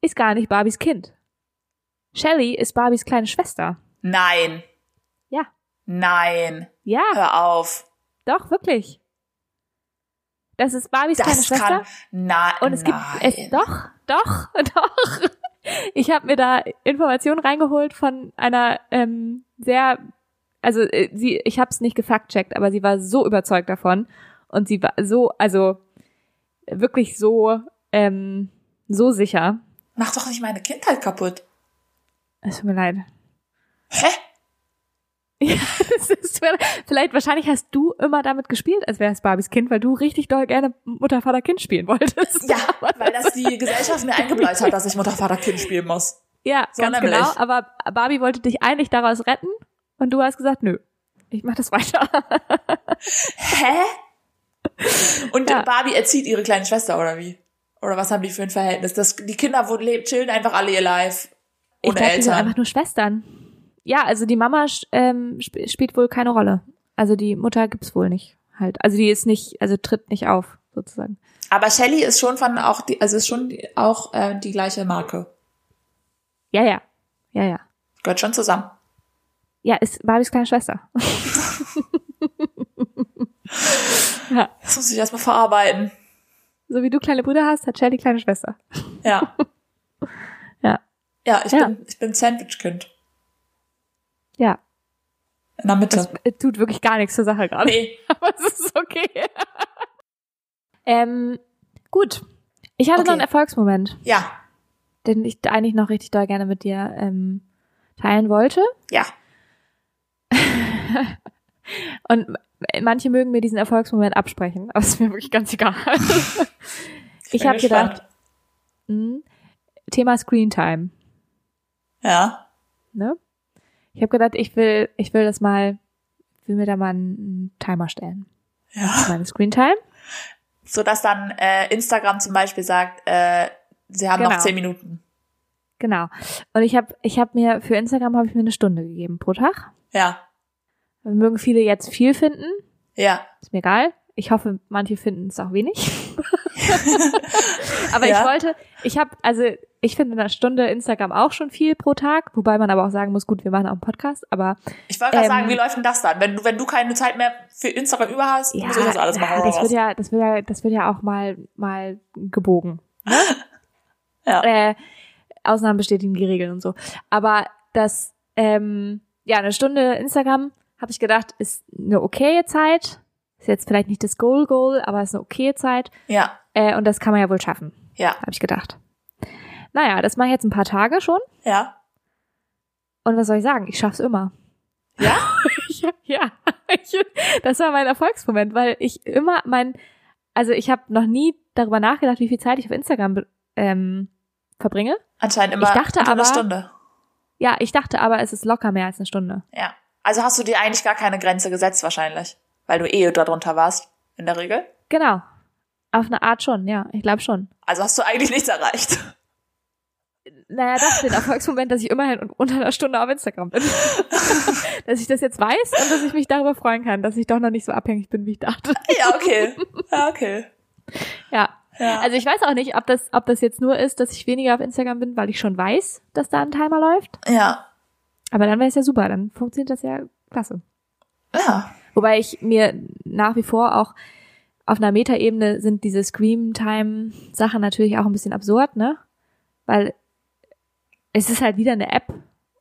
[SPEAKER 2] ist gar nicht Barbies Kind. Shelley ist Barbies kleine Schwester.
[SPEAKER 1] Nein.
[SPEAKER 2] Ja. Ah.
[SPEAKER 1] Nein.
[SPEAKER 2] Ja,
[SPEAKER 1] Hör auf.
[SPEAKER 2] Doch, wirklich. Das ist Barbies
[SPEAKER 1] Das
[SPEAKER 2] kleine Schwester.
[SPEAKER 1] kann. Na,
[SPEAKER 2] Und es
[SPEAKER 1] nein.
[SPEAKER 2] gibt es doch, doch, (laughs) doch. Ich habe mir da Informationen reingeholt von einer ähm, sehr, also äh, sie, ich habe es nicht gefact-checkt, aber sie war so überzeugt davon und sie war so, also wirklich so, ähm, so sicher.
[SPEAKER 1] Mach doch nicht meine Kindheit kaputt.
[SPEAKER 2] Es tut mir leid. (laughs)
[SPEAKER 1] Hä?
[SPEAKER 2] Es ist mir- Vielleicht, wahrscheinlich hast du immer damit gespielt, als wäre es Barbies Kind, weil du richtig doll gerne Mutter, Vater, Kind spielen wolltest.
[SPEAKER 1] Ja, (laughs) weil das die Gesellschaft mir eingebläut hat, dass ich Mutter, Vater, Kind spielen muss.
[SPEAKER 2] Ja,
[SPEAKER 1] So
[SPEAKER 2] ganz
[SPEAKER 1] nämlich.
[SPEAKER 2] genau. Aber Barbie wollte dich eigentlich daraus retten und du hast gesagt, nö, ich mach
[SPEAKER 1] (laughs)
[SPEAKER 2] das weiter.
[SPEAKER 1] Hä? Und
[SPEAKER 2] Ja.
[SPEAKER 1] Barbie erzieht ihre kleine Schwester, oder wie? Oder was haben die für ein Verhältnis? Das, die Kinder wo leben, chillen einfach alle ihr Life.
[SPEAKER 2] ich
[SPEAKER 1] Ohne
[SPEAKER 2] glaub, die sind
[SPEAKER 1] Eltern.
[SPEAKER 2] einfach nur Schwestern. Ja, also die Mama sch- ähm, sp spielt wohl keine Rolle. Also die Mutter gibt's wohl nicht halt. Also die ist nicht, also tritt nicht auf sozusagen.
[SPEAKER 1] Aber Shelly ist schon von auch die, also ist schon die, auch äh, die gleiche Marke.
[SPEAKER 2] Ja, ja, ja, ja.
[SPEAKER 1] Gehört schon zusammen.
[SPEAKER 2] Ja, ist Barbies kleine Schwester. (laughs)
[SPEAKER 1] Das muss ich erstmal verarbeiten.
[SPEAKER 2] So wie du kleine Brüder hast, hat Shelly kleine Schwester.
[SPEAKER 1] Ja.
[SPEAKER 2] (laughs) Ja.
[SPEAKER 1] Ja, ich
[SPEAKER 2] Ja.
[SPEAKER 1] bin, ich bin Sandwich-Kind.
[SPEAKER 2] Ja,
[SPEAKER 1] In der Mitte.
[SPEAKER 2] es äh, tut wirklich gar nichts zur Sache gerade.
[SPEAKER 1] Nee.
[SPEAKER 2] (laughs) Aber es ist okay. (laughs) ähm, gut. Ich hatte
[SPEAKER 1] Okay.
[SPEAKER 2] noch einen Erfolgsmoment,
[SPEAKER 1] Ja.
[SPEAKER 2] den ich eigentlich noch richtig doll gerne mit dir ähm, teilen wollte.
[SPEAKER 1] Ja.
[SPEAKER 2] Und m- manche mögen mir diesen Erfolgsmoment absprechen, aber es ist mir wirklich ganz egal. ich
[SPEAKER 1] bin
[SPEAKER 2] habe
[SPEAKER 1] gespannt.
[SPEAKER 2] gedacht, hm, Thema Screentime.
[SPEAKER 1] Ja.
[SPEAKER 2] Ne? Ich habe gedacht, ich will, ich will das mal, will mir da mal einen Timer stellen.
[SPEAKER 1] Ja.
[SPEAKER 2] Meine Screentime.
[SPEAKER 1] So dass dann äh, Instagram zum Beispiel sagt, äh, sie haben noch
[SPEAKER 2] Genau.
[SPEAKER 1] zehn Minuten.
[SPEAKER 2] Genau. Und ich habe ich hab mir für Instagram habe ich mir eine Stunde gegeben pro Tag.
[SPEAKER 1] Ja.
[SPEAKER 2] Mögen viele jetzt viel finden,
[SPEAKER 1] Ja.
[SPEAKER 2] ist mir egal. Ich hoffe, manche finden es
[SPEAKER 1] (laughs)
[SPEAKER 2] auch wenig. aber
[SPEAKER 1] Ja.
[SPEAKER 2] ich wollte, ich habe also ich finde in einer Stunde Instagram auch schon viel pro Tag, wobei man aber auch sagen muss, gut, wir machen auch einen Podcast, aber
[SPEAKER 1] Ich wollte gerade
[SPEAKER 2] Ähm.
[SPEAKER 1] sagen, wie läuft denn das dann? Wenn du, wenn du keine Zeit mehr für Instagram über hast,
[SPEAKER 2] ja,
[SPEAKER 1] muss ich das alles machen.
[SPEAKER 2] ja,
[SPEAKER 1] oder
[SPEAKER 2] das
[SPEAKER 1] was?
[SPEAKER 2] wird ja, das wird ja, das wird ja auch mal mal gebogen. ne?
[SPEAKER 1] (laughs) Ja.
[SPEAKER 2] äh, Ausnahmen bestätigen die Regeln und so. Aber das, ähm, ja, eine Stunde Instagram, habe ich gedacht, ist eine okaye Zeit. Ist jetzt vielleicht nicht das Goal-Goal, aber ist eine okaye Zeit.
[SPEAKER 1] ja.
[SPEAKER 2] Äh, und das kann man ja wohl schaffen,
[SPEAKER 1] Ja.
[SPEAKER 2] habe ich gedacht. Naja, das mache ich jetzt ein paar Tage schon.
[SPEAKER 1] Ja.
[SPEAKER 2] Und was soll ich sagen? Ich schaff's immer.
[SPEAKER 1] Ja?
[SPEAKER 2] (laughs) ja, ja. Ich, das war mein Erfolgsmoment, weil ich immer mein, also ich habe noch nie darüber nachgedacht, wie viel Zeit ich auf Instagram be- ähm, verbringe.
[SPEAKER 1] Anscheinend immer
[SPEAKER 2] Ich dachte
[SPEAKER 1] unter
[SPEAKER 2] aber-
[SPEAKER 1] eine Stunde.
[SPEAKER 2] Ja, ich dachte aber, es ist locker mehr als eine Stunde.
[SPEAKER 1] Ja. Also hast du dir eigentlich gar keine Grenze gesetzt wahrscheinlich, weil du eh darunter warst in der Regel.
[SPEAKER 2] Genau. Auf eine Art schon, ja, ich glaube schon.
[SPEAKER 1] Also hast du eigentlich nichts
[SPEAKER 2] (laughs)
[SPEAKER 1] erreicht.
[SPEAKER 2] Naja, das ist der Erfolgsmoment, dass ich immerhin un- unter einer Stunde auf Instagram bin. dass ich das jetzt weiß und dass ich mich darüber freuen kann, dass ich doch noch nicht so abhängig bin, wie ich dachte.
[SPEAKER 1] Ja, okay. Ja, okay.
[SPEAKER 2] Ja.
[SPEAKER 1] Ja.
[SPEAKER 2] Also ich weiß auch nicht, ob das, ob das jetzt nur ist, dass ich weniger auf Instagram bin, weil ich schon weiß, dass da ein Timer läuft.
[SPEAKER 1] ja.
[SPEAKER 2] Aber dann wäre es ja super, dann funktioniert das ja klasse.
[SPEAKER 1] Ja.
[SPEAKER 2] Wobei ich mir nach wie vor auch auf einer Metaebene sind diese Scream-Time-Sachen natürlich auch ein bisschen absurd, ne? Weil es ist halt wieder eine App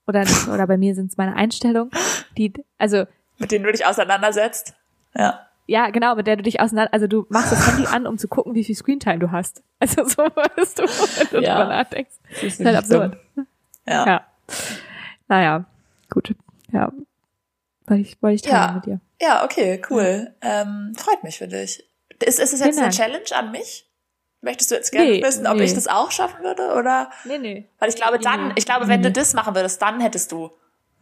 [SPEAKER 2] oder, oder bei mir sind es meine Einstellungen, die, also
[SPEAKER 1] Mit denen du dich auseinandersetzt. Ja.
[SPEAKER 2] ja, genau, mit der du dich auseinander, also du machst das Handy an, um zu gucken, wie viel Screentime du hast. (laughs) Also so würdest du, wenn du
[SPEAKER 1] Ja.
[SPEAKER 2] drüber nachdenkst.
[SPEAKER 1] Das ist
[SPEAKER 2] halt absurd.
[SPEAKER 1] dumm. Ja. ja.
[SPEAKER 2] Ja. Naja, gut. Ja. Wollte ich, wollte ich teilen
[SPEAKER 1] Ja.
[SPEAKER 2] mit dir.
[SPEAKER 1] okay, cool. Ähm, freut mich für dich. Ist, ist es jetzt
[SPEAKER 2] Vielen
[SPEAKER 1] eine
[SPEAKER 2] Dank.
[SPEAKER 1] Challenge an mich? Möchtest du jetzt gerne
[SPEAKER 2] Nee,
[SPEAKER 1] wissen, ob
[SPEAKER 2] nee.
[SPEAKER 1] ich das auch schaffen würde? Oder?
[SPEAKER 2] Nee, nee.
[SPEAKER 1] Weil ich glaube, dann, ich glaube, wenn du
[SPEAKER 2] Mhm.
[SPEAKER 1] das machen würdest, dann hättest du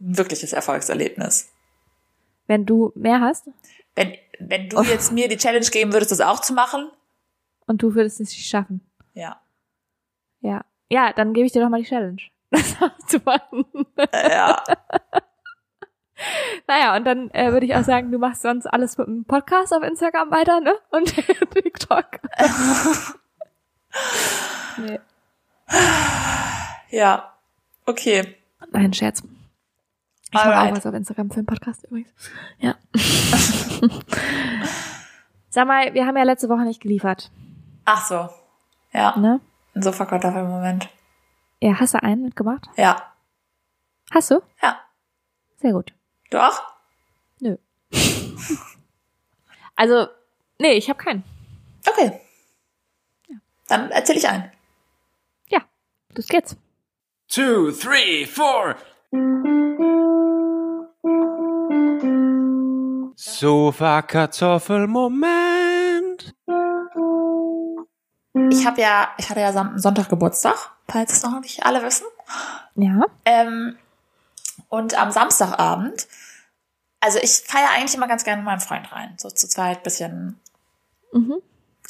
[SPEAKER 1] ein wirkliches Erfolgserlebnis.
[SPEAKER 2] Wenn du mehr hast
[SPEAKER 1] Wenn, wenn du jetzt mir die Challenge geben würdest, das auch zu machen,
[SPEAKER 2] und du würdest es nicht schaffen.
[SPEAKER 1] ja.
[SPEAKER 2] Ja. Ja, dann gebe ich dir doch mal die Challenge. (laughs) Das zu machen.
[SPEAKER 1] Äh,
[SPEAKER 2] (laughs)
[SPEAKER 1] Ja.
[SPEAKER 2] Naja, und dann äh, würde ich auch sagen, du machst sonst alles mit dem Podcast auf Instagram weiter, ne? Und (laughs) TikTok. nee.
[SPEAKER 1] ja. Okay.
[SPEAKER 2] Nein, Scherz. Ich mache auch
[SPEAKER 1] Alright.
[SPEAKER 2] was auf Instagram für einen Podcast übrigens. Ja. (laughs) Sag mal, wir haben ja letzte Woche nicht geliefert,
[SPEAKER 1] Ach so. Ja,
[SPEAKER 2] ne?
[SPEAKER 1] ein Sofakartoffel im Moment.
[SPEAKER 2] Ja, hast du einen mitgemacht?
[SPEAKER 1] Ja.
[SPEAKER 2] Hast du?
[SPEAKER 1] Ja.
[SPEAKER 2] Sehr gut.
[SPEAKER 1] Du auch?
[SPEAKER 2] Also, nee, ich habe keinen.
[SPEAKER 1] Okay. Dann erzähle ich einen.
[SPEAKER 2] Ja, das geht's.
[SPEAKER 3] two, three, four. Sofa Kartoffelmoment.
[SPEAKER 1] Ich habe ja, ich hatte ja Sam- Sonntag Geburtstag, falls es noch nicht alle wissen.
[SPEAKER 2] Ja.
[SPEAKER 1] Ähm, und am Samstagabend, also ich feiere eigentlich immer ganz gerne mit meinem Freund rein. So zu zweit, bisschen
[SPEAKER 2] Mhm.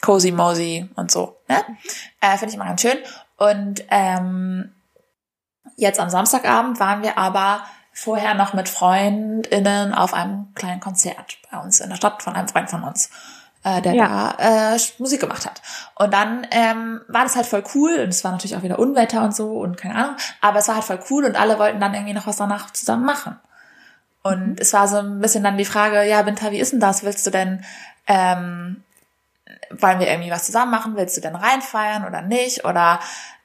[SPEAKER 1] cozy mosey und so. Ne? Äh, Finde ich immer ganz schön. Und ähm, jetzt am Samstagabend waren wir aber vorher noch mit FreundInnen auf einem kleinen Konzert bei uns in der Stadt von einem Freund von uns, äh, der
[SPEAKER 2] Ja.
[SPEAKER 1] da äh, Musik gemacht hat. Und dann ähm, war das halt voll cool und es war natürlich auch wieder Unwetter und so und keine Ahnung, aber es war halt voll cool und alle wollten dann irgendwie noch was danach zusammen machen. Und
[SPEAKER 2] Mhm.
[SPEAKER 1] es war so ein bisschen dann die Frage, ja, Binta, wie ist denn das? Willst du denn ähm, wollen wir irgendwie was zusammen machen? Willst du denn reinfeiern oder nicht? Oder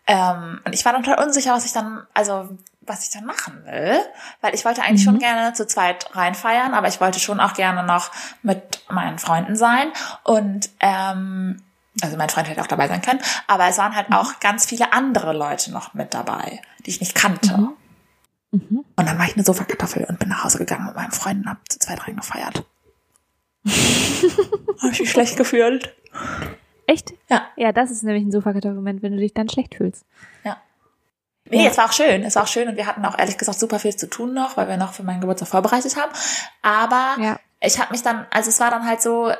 [SPEAKER 1] ähm, und ich war total unsicher, was ich dann, also was ich dann machen will, weil ich wollte eigentlich
[SPEAKER 2] Mhm.
[SPEAKER 1] schon gerne zu zweit reinfeiern, aber ich wollte schon auch gerne noch mit meinen Freunden sein und ähm, also mein Freund hätte auch dabei sein können, aber es waren halt
[SPEAKER 2] Mhm.
[SPEAKER 1] auch ganz viele andere Leute noch mit dabei, die ich nicht kannte.
[SPEAKER 2] Mhm. Mhm.
[SPEAKER 1] Und dann war ich eine Sofakartoffel und bin nach Hause gegangen mit meinem Freund und hab zu zweit reingefeiert.
[SPEAKER 2] (laughs)
[SPEAKER 1] Habe ich mich schlecht gefühlt.
[SPEAKER 2] Echt?
[SPEAKER 1] Ja.
[SPEAKER 2] Ja, das ist nämlich ein Sofakartoffelmoment, wenn du dich dann schlecht fühlst.
[SPEAKER 1] Nee,
[SPEAKER 2] Ja.
[SPEAKER 1] es war auch schön. Es war auch schön und wir hatten auch ehrlich gesagt super viel zu tun noch, weil wir noch für meinen Geburtstag vorbereitet haben. Aber
[SPEAKER 2] Ja.
[SPEAKER 1] ich habe mich dann, also es war dann halt so, äh,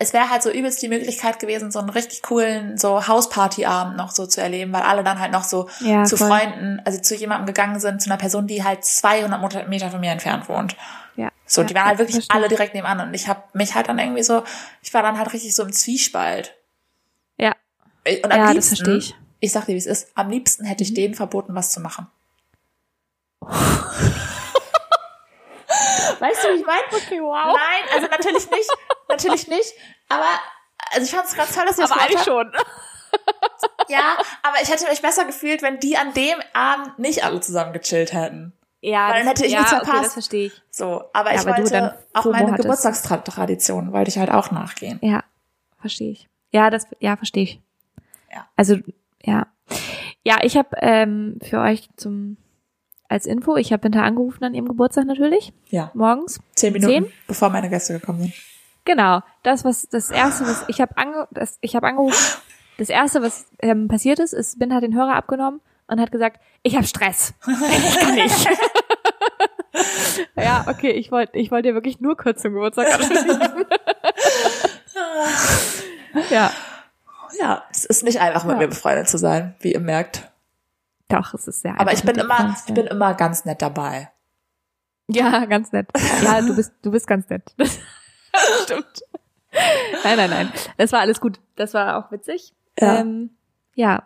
[SPEAKER 1] es wäre halt so übelst die Möglichkeit gewesen, so einen richtig coolen so Hauspartyabend noch so zu erleben, weil alle dann halt noch so
[SPEAKER 2] Ja,
[SPEAKER 1] zu
[SPEAKER 2] voll.
[SPEAKER 1] Freunden, also zu jemandem gegangen sind, zu einer Person, die halt 200 Mot- Meter von mir entfernt wohnt.
[SPEAKER 2] Ja.
[SPEAKER 1] So,
[SPEAKER 2] ja,
[SPEAKER 1] die waren halt wirklich
[SPEAKER 2] verstehe.
[SPEAKER 1] alle direkt nebenan und ich habe mich halt dann irgendwie so, ich war dann halt richtig so im Zwiespalt.
[SPEAKER 2] Ja.
[SPEAKER 1] Ich- Und am
[SPEAKER 2] Ja, das
[SPEAKER 1] liebsten,
[SPEAKER 2] verstehe ich. Mhm.
[SPEAKER 1] ich sag dir, wie es ist. Am liebsten hätte ich denen verboten, was zu
[SPEAKER 2] (laughs)
[SPEAKER 1] machen. weißt du, wie ich meine?
[SPEAKER 2] Okay, wow.
[SPEAKER 1] Nein, also natürlich
[SPEAKER 2] (laughs)
[SPEAKER 1] nicht. Natürlich nicht. Aber also ich fand es ganz toll, dass ihr das
[SPEAKER 2] aber eigentlich
[SPEAKER 1] gemacht habt.
[SPEAKER 2] schon.
[SPEAKER 1] Ja, aber ich hätte mich besser gefühlt, wenn die an dem Abend nicht alle zusammen gechillt hätten.
[SPEAKER 2] Ja,
[SPEAKER 1] Weil dann hätte ich
[SPEAKER 2] ja,
[SPEAKER 1] nichts
[SPEAKER 2] Okay,
[SPEAKER 1] verpasst.
[SPEAKER 2] das verstehe ich.
[SPEAKER 1] So, aber
[SPEAKER 2] Ja,
[SPEAKER 1] ich
[SPEAKER 2] weil du dann
[SPEAKER 1] wollte auch
[SPEAKER 2] FOMO
[SPEAKER 1] meine
[SPEAKER 2] hattest.
[SPEAKER 1] Geburtstagstradition, wollte ich halt auch nachgehen.
[SPEAKER 2] Ja, verstehe ich. Ja, das, ja, verstehe ich.
[SPEAKER 1] Ja.
[SPEAKER 2] Also, ja. Ja, ich habe ähm, für euch zum als Info, ich habe Winter angerufen an ihrem Geburtstag natürlich,
[SPEAKER 1] Ja,
[SPEAKER 2] morgens.
[SPEAKER 1] zehn Minuten,
[SPEAKER 2] Zehn?
[SPEAKER 1] bevor meine Gäste gekommen sind.
[SPEAKER 2] Genau. Das was das erste, was ich habe ange das, ich habe angerufen. Das erste, was ähm, passiert ist, ist Bin hat den Hörer abgenommen und hat gesagt, ich habe
[SPEAKER 1] (laughs)
[SPEAKER 2] Stress. Ich kann nicht. ja, okay, ich wollte ich wollte dir wirklich nur kurz zum Geburtstag
[SPEAKER 1] (laughs)
[SPEAKER 2] gratulieren. ja,
[SPEAKER 1] Oh Ja, es ist nicht einfach, mit
[SPEAKER 2] Ja.
[SPEAKER 1] mir befreundet zu sein, wie ihr merkt.
[SPEAKER 2] doch, es ist sehr
[SPEAKER 1] Aber
[SPEAKER 2] einfach
[SPEAKER 1] ich bin
[SPEAKER 2] mit dir
[SPEAKER 1] immer,
[SPEAKER 2] Freund zu
[SPEAKER 1] ich
[SPEAKER 2] sein.
[SPEAKER 1] bin immer ganz nett dabei.
[SPEAKER 2] Ja, ganz nett. Ja, du bist, du bist ganz nett. Das (laughs) stimmt. Nein, nein, nein. Das war alles gut. Das war auch witzig.
[SPEAKER 1] Ja.
[SPEAKER 2] Ähm, ja.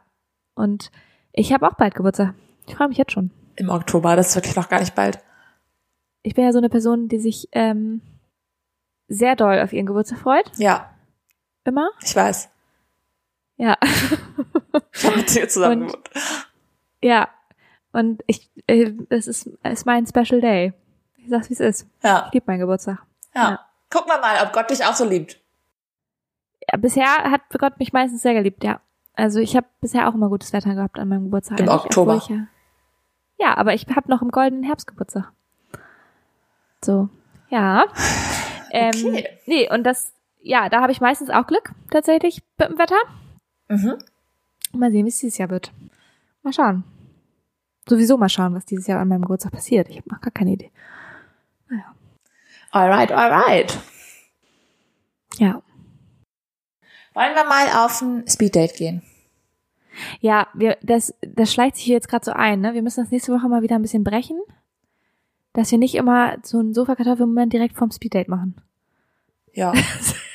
[SPEAKER 2] Und ich habe auch bald Geburtstag. Ich freue mich jetzt schon.
[SPEAKER 1] Im Oktober, das ist wirklich noch gar nicht bald.
[SPEAKER 2] Ich bin ja so eine Person, die sich ähm, sehr doll auf ihren Geburtstag freut.
[SPEAKER 1] Ja,
[SPEAKER 2] Immer.
[SPEAKER 1] ich weiß.
[SPEAKER 2] Ja. (laughs)
[SPEAKER 1] Ich habe mit dir zusammen
[SPEAKER 2] Und-
[SPEAKER 1] gewohnt.
[SPEAKER 2] ja. Und ich, äh, es ist, es ist mein Special Day. Ich sag's, wie es ist.
[SPEAKER 1] Ja,
[SPEAKER 2] Ich liebe meinen Geburtstag.
[SPEAKER 1] ja,
[SPEAKER 2] Ja.
[SPEAKER 1] Guck mal mal, ob Gott dich auch so liebt.
[SPEAKER 2] Ja, bisher hat Gott mich meistens sehr geliebt, ja. Also ich habe bisher auch immer gutes Wetter gehabt an meinem Geburtstag.
[SPEAKER 1] Im
[SPEAKER 2] eigentlich,
[SPEAKER 1] Oktober.
[SPEAKER 2] obwohl Ich, ja, ja, aber ich habe noch im goldenen Herbstgeburtstag. So,
[SPEAKER 1] (laughs)
[SPEAKER 2] ja. Ähm,
[SPEAKER 1] Okay.
[SPEAKER 2] Nee, und das, ja, da habe ich meistens auch Glück tatsächlich mit dem Wetter.
[SPEAKER 1] Mhm.
[SPEAKER 2] Mal sehen, wie es dieses Jahr wird. Mal schauen. Sowieso mal schauen, was dieses Jahr an meinem Geburtstag passiert. Ich habe noch gar keine Idee.
[SPEAKER 1] Alright, alright.
[SPEAKER 2] Ja.
[SPEAKER 1] Wollen wir mal auf ein Speeddate gehen?
[SPEAKER 2] Ja, wir, das, das schleicht sich hier jetzt gerade so ein. Ne? Wir müssen das nächste Woche mal wieder ein bisschen brechen, dass wir nicht immer so einen Sofakartoffelmoment direkt vom Speeddate machen. (laughs)
[SPEAKER 1] (laughs) Ja,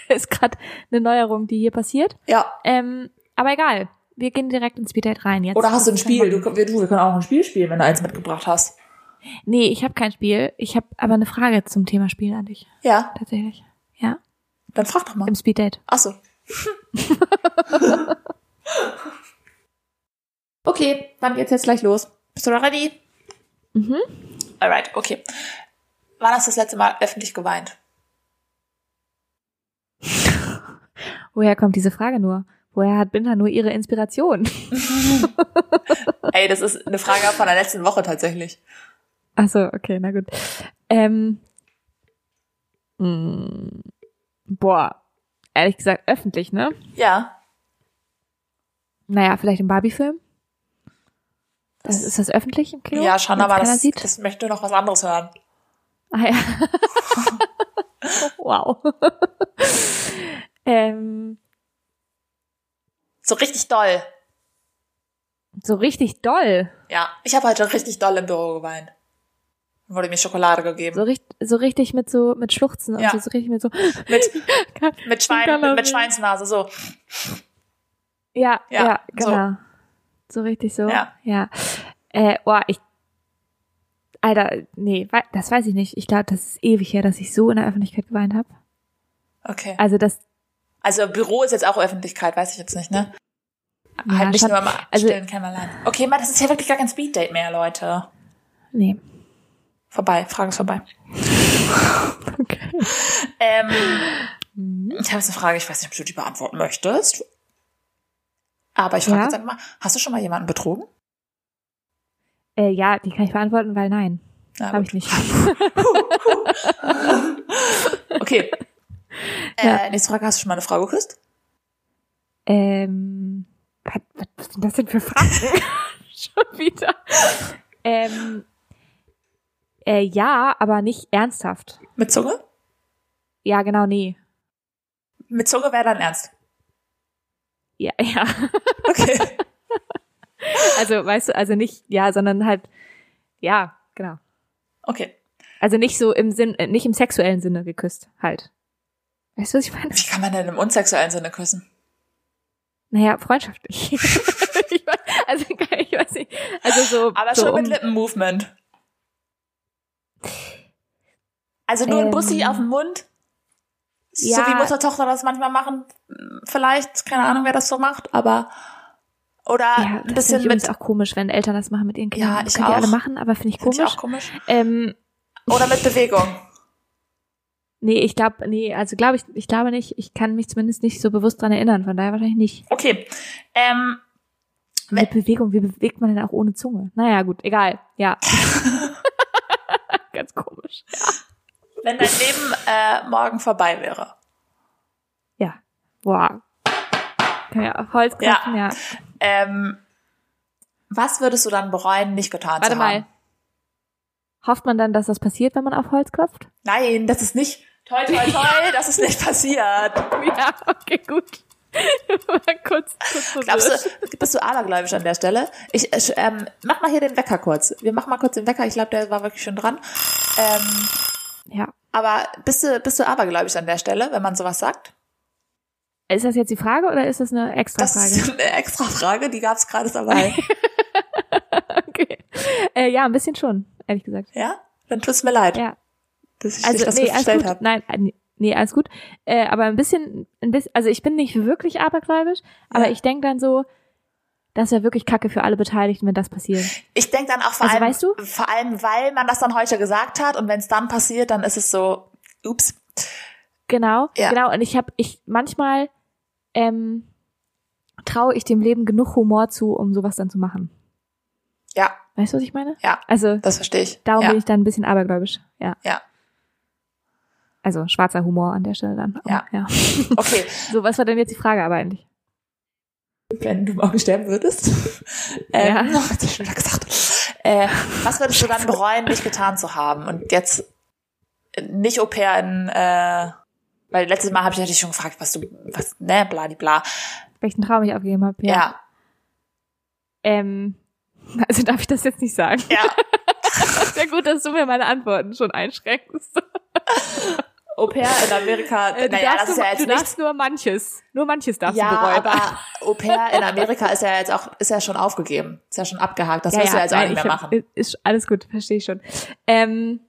[SPEAKER 2] Ist gerade eine Neuerung, die hier passiert.
[SPEAKER 1] ja.
[SPEAKER 2] Ähm, aber egal, wir gehen direkt ins Speeddate rein jetzt.
[SPEAKER 1] Oder hast du ein
[SPEAKER 2] Das ist
[SPEAKER 1] Spiel? Du, wir, du, wir können auch ein Spiel spielen, wenn du eins mitgebracht hast.
[SPEAKER 2] Nee, ich habe kein Spiel. Ich habe aber eine Frage zum Thema Spiel an dich.
[SPEAKER 1] Ja,
[SPEAKER 2] Tatsächlich. Ja.
[SPEAKER 1] dann frag doch mal.
[SPEAKER 2] Im Speeddate.
[SPEAKER 1] Ach so. (laughs) okay, dann geht's jetzt gleich los. Bist du da ready?
[SPEAKER 2] Mhm.
[SPEAKER 1] Alright, okay. Wann hast du das letzte Mal öffentlich geweint?
[SPEAKER 2] Woher kommt diese Frage nur? Woher hat Binta nur ihre Inspiration?
[SPEAKER 1] Ey, das ist eine Frage von der letzten Woche tatsächlich.
[SPEAKER 2] Ach so, okay, na gut. Ähm, mh, boah, ehrlich gesagt öffentlich, ne?
[SPEAKER 1] Ja.
[SPEAKER 2] Naja, vielleicht im Barbie-Film. Das ist das öffentlich im Kino?
[SPEAKER 1] ja, schon,
[SPEAKER 2] Wenn's
[SPEAKER 1] aber
[SPEAKER 2] keiner
[SPEAKER 1] das,
[SPEAKER 2] sieht?
[SPEAKER 1] das möchte noch was anderes hören.
[SPEAKER 2] Ah ja. (laughs) wow. (laughs) ähm,
[SPEAKER 1] So richtig doll.
[SPEAKER 2] so richtig doll.
[SPEAKER 1] Ja, ich habe heute richtig doll im Büro geweint. Dann wurde mir Schokolade gegeben.
[SPEAKER 2] So, richt, so richtig mit so mit Schluchzen und
[SPEAKER 1] Ja.
[SPEAKER 2] so, so richtig mit so. (laughs)
[SPEAKER 1] Mit, mit, Schwein,
[SPEAKER 2] Schokolade.
[SPEAKER 1] mit, mit Schweinsnase, so.
[SPEAKER 2] Ja,
[SPEAKER 1] Ja,
[SPEAKER 2] ja,
[SPEAKER 1] so.
[SPEAKER 2] genau. So. richtig so.
[SPEAKER 1] Ja.
[SPEAKER 2] Ja. ja. Äh, boah, ich. Alter, nee, wei- das weiß ich nicht. Ich glaube, das ist ewig her, dass ich so in der Öffentlichkeit geweint habe.
[SPEAKER 1] Okay.
[SPEAKER 2] Also das
[SPEAKER 1] Also Büro ist jetzt auch Öffentlichkeit, weiß ich jetzt nicht, ne?
[SPEAKER 2] Ja,
[SPEAKER 1] halt nicht
[SPEAKER 2] schon.
[SPEAKER 1] nur im also,
[SPEAKER 2] Also-
[SPEAKER 1] stillen Kämmerlein. Okay, Mann, das ist ja wirklich gar kein Speeddate mehr, Leute.
[SPEAKER 2] nee.
[SPEAKER 1] Vorbei, Frage ist vorbei.
[SPEAKER 2] Okay.
[SPEAKER 1] Ähm, ich habe jetzt eine Frage, ich weiß nicht, ob du die beantworten möchtest. Aber ich frage
[SPEAKER 2] Ja.
[SPEAKER 1] jetzt einfach mal, hast du schon mal jemanden betrogen?
[SPEAKER 2] Äh, ja, die kann ich beantworten, weil nein,
[SPEAKER 1] Ja,
[SPEAKER 2] habe
[SPEAKER 1] gut.
[SPEAKER 2] ich nicht. (laughs)
[SPEAKER 1] Okay.
[SPEAKER 2] Ja.
[SPEAKER 1] äh, nächste Frage, hast du schon mal eine Frau geküsst?
[SPEAKER 2] Ähm, was, was, was sind das denn für Fragen? (laughs) Schon wieder. Ähm, äh, ja, aber nicht ernsthaft.
[SPEAKER 1] Mit Zunge?
[SPEAKER 2] Ja, genau, nee.
[SPEAKER 1] Mit Zunge wäre dann ernst.
[SPEAKER 2] Ja, (laughs) ja. (laughs)
[SPEAKER 1] Okay.
[SPEAKER 2] Also, weißt du, also nicht, ja, sondern halt, ja, genau.
[SPEAKER 1] Okay.
[SPEAKER 2] Also nicht so im Sinn, äh, nicht im sexuellen Sinne geküsst, halt. Weißt du, was
[SPEAKER 1] (laughs)
[SPEAKER 2] ich meine?
[SPEAKER 1] Wie kann man denn im unsexuellen Sinne küssen?
[SPEAKER 2] Naja,
[SPEAKER 1] (laughs)
[SPEAKER 2] freundschaftlich. ich weiß, also, ich weiß nicht. Also so.
[SPEAKER 1] Aber
[SPEAKER 2] so
[SPEAKER 1] schon
[SPEAKER 2] um,
[SPEAKER 1] mit Lippenmovement. Also nur ein
[SPEAKER 2] Ähm.
[SPEAKER 1] Bussi auf den Mund. So
[SPEAKER 2] Ja.
[SPEAKER 1] wie Mutter, Tochter das manchmal machen. Vielleicht, keine Ahnung, wer das so macht, aber. Oder
[SPEAKER 2] Ja,
[SPEAKER 1] ein
[SPEAKER 2] das finde
[SPEAKER 1] bisschen
[SPEAKER 2] ich übrigens
[SPEAKER 1] mit.
[SPEAKER 2] auch komisch, wenn Eltern das machen mit ihren Kindern.
[SPEAKER 1] Ja, ich
[SPEAKER 2] Das können die alle
[SPEAKER 1] auch.
[SPEAKER 2] machen, aber finde ich
[SPEAKER 1] Finde
[SPEAKER 2] komisch.
[SPEAKER 1] ich auch komisch.
[SPEAKER 2] Ähm,
[SPEAKER 1] Oder mit Bewegung.
[SPEAKER 2] nee, ich glaube, nee, also glaube ich, ich glaube nicht, ich kann mich zumindest nicht so bewusst dran erinnern, von daher wahrscheinlich nicht.
[SPEAKER 1] Okay. Ähm,
[SPEAKER 2] Mit Bewegung, wie bewegt man denn auch ohne Zunge? Naja, gut, egal,
[SPEAKER 1] (laughs)
[SPEAKER 2] ja. (laughs) Ganz komisch.
[SPEAKER 1] wenn dein Leben äh, morgen vorbei wäre.
[SPEAKER 2] Ja. Boah. Kann ja auf Holz
[SPEAKER 1] Ja.
[SPEAKER 2] klopfen, ja.
[SPEAKER 1] Ähm, was würdest du dann bereuen, nicht getan
[SPEAKER 2] Warte
[SPEAKER 1] zu haben?
[SPEAKER 2] mal. Hofft man dann, dass das passiert, wenn man auf Holz klopft?
[SPEAKER 1] Nein, das ist nicht. Toi, toi, toi, das ist nicht passiert.
[SPEAKER 2] (laughs) Ja, okay, gut. (laughs) Mal kurz, kurz
[SPEAKER 1] Glaubst du, bist du abergläubisch an der Stelle? Ich, äh, sch- ähm, mach mal hier den Wecker kurz. Wir machen mal kurz den Wecker. Ich glaube, der war wirklich schon dran. Ähm,
[SPEAKER 2] Ja.
[SPEAKER 1] aber bist du, bist du abergläubisch an der Stelle, wenn man sowas sagt?
[SPEAKER 2] Ist das jetzt die Frage oder ist (laughs) das eine extra
[SPEAKER 1] Das
[SPEAKER 2] Frage?
[SPEAKER 1] ist (laughs) eine extra Frage, die gab's gerade
[SPEAKER 2] (laughs)
[SPEAKER 1] dabei.
[SPEAKER 2] Okay. Äh, ja, ein bisschen schon, ehrlich gesagt.
[SPEAKER 1] ja? Dann tut's mir leid,
[SPEAKER 2] Ja.
[SPEAKER 1] dass ich
[SPEAKER 2] Also
[SPEAKER 1] dich das
[SPEAKER 2] nee, alles
[SPEAKER 1] gestellt
[SPEAKER 2] gut.
[SPEAKER 1] habe.
[SPEAKER 2] Nein, äh, nee, nee, alles gut. Äh, aber ein bisschen, ein bisschen, also ich bin nicht wirklich abergläubisch, aber
[SPEAKER 1] Ja.
[SPEAKER 2] ich denk dann so, das wäre wirklich Kacke für alle Beteiligten, wenn das passiert.
[SPEAKER 1] Ich denk dann auch vor
[SPEAKER 2] Also
[SPEAKER 1] allem,
[SPEAKER 2] weißt du?
[SPEAKER 1] vor allem, weil man das dann heute gesagt hat und wenn's dann passiert, dann ist es so, ups.
[SPEAKER 2] Genau,
[SPEAKER 1] Ja.
[SPEAKER 2] genau. Und ich habe, ich manchmal ähm, traue ich dem Leben genug Humor zu, um sowas dann zu machen.
[SPEAKER 1] Ja,
[SPEAKER 2] Weißt du, was ich meine?
[SPEAKER 1] Ja.
[SPEAKER 2] Also
[SPEAKER 1] das verstehe ich.
[SPEAKER 2] darum
[SPEAKER 1] ja.
[SPEAKER 2] bin ich dann ein bisschen abergläubisch. Ja.
[SPEAKER 1] Ja.
[SPEAKER 2] Also schwarzer Humor an der Stelle dann. Aber,
[SPEAKER 1] Ja.
[SPEAKER 2] ja.
[SPEAKER 1] Okay.
[SPEAKER 2] So, was war denn jetzt die Frage aber eigentlich?
[SPEAKER 1] wenn du morgen sterben würdest. Ähm, (laughs) ja. Hast du schon wieder gesagt. Äh, was würdest du dann bereuen, nicht getan zu haben? Und jetzt äh, nicht Au pair in, äh, weil letztes Mal habe ich dich schon gefragt, was du, was, ne, bladibla.
[SPEAKER 2] Welchen Traum ich aufgegeben habe?
[SPEAKER 1] Ja. ja,
[SPEAKER 2] Ähm, (laughs) also darf ich das jetzt nicht sagen? (laughs)
[SPEAKER 1] ja.
[SPEAKER 2] Sehr gut, dass du mir meine Antworten schon einschränkst.
[SPEAKER 1] Au pair in (laughs) Amerika,
[SPEAKER 2] Äh, du
[SPEAKER 1] naja,
[SPEAKER 2] darfst
[SPEAKER 1] das ist
[SPEAKER 2] nur,
[SPEAKER 1] ja jetzt
[SPEAKER 2] du
[SPEAKER 1] nicht
[SPEAKER 2] darfst nur manches. Nur manches darfst
[SPEAKER 1] ja,
[SPEAKER 2] du bereuen.
[SPEAKER 1] aber Au pair (laughs) in Amerika ist ja jetzt auch, ist ja schon aufgegeben. Ist ja schon abgehakt. Das müssen wir jetzt auch
[SPEAKER 2] nein,
[SPEAKER 1] nicht mehr
[SPEAKER 2] ich hab- äh,
[SPEAKER 1] machen.
[SPEAKER 2] Ist alles gut, verstehe ich schon. Ähm,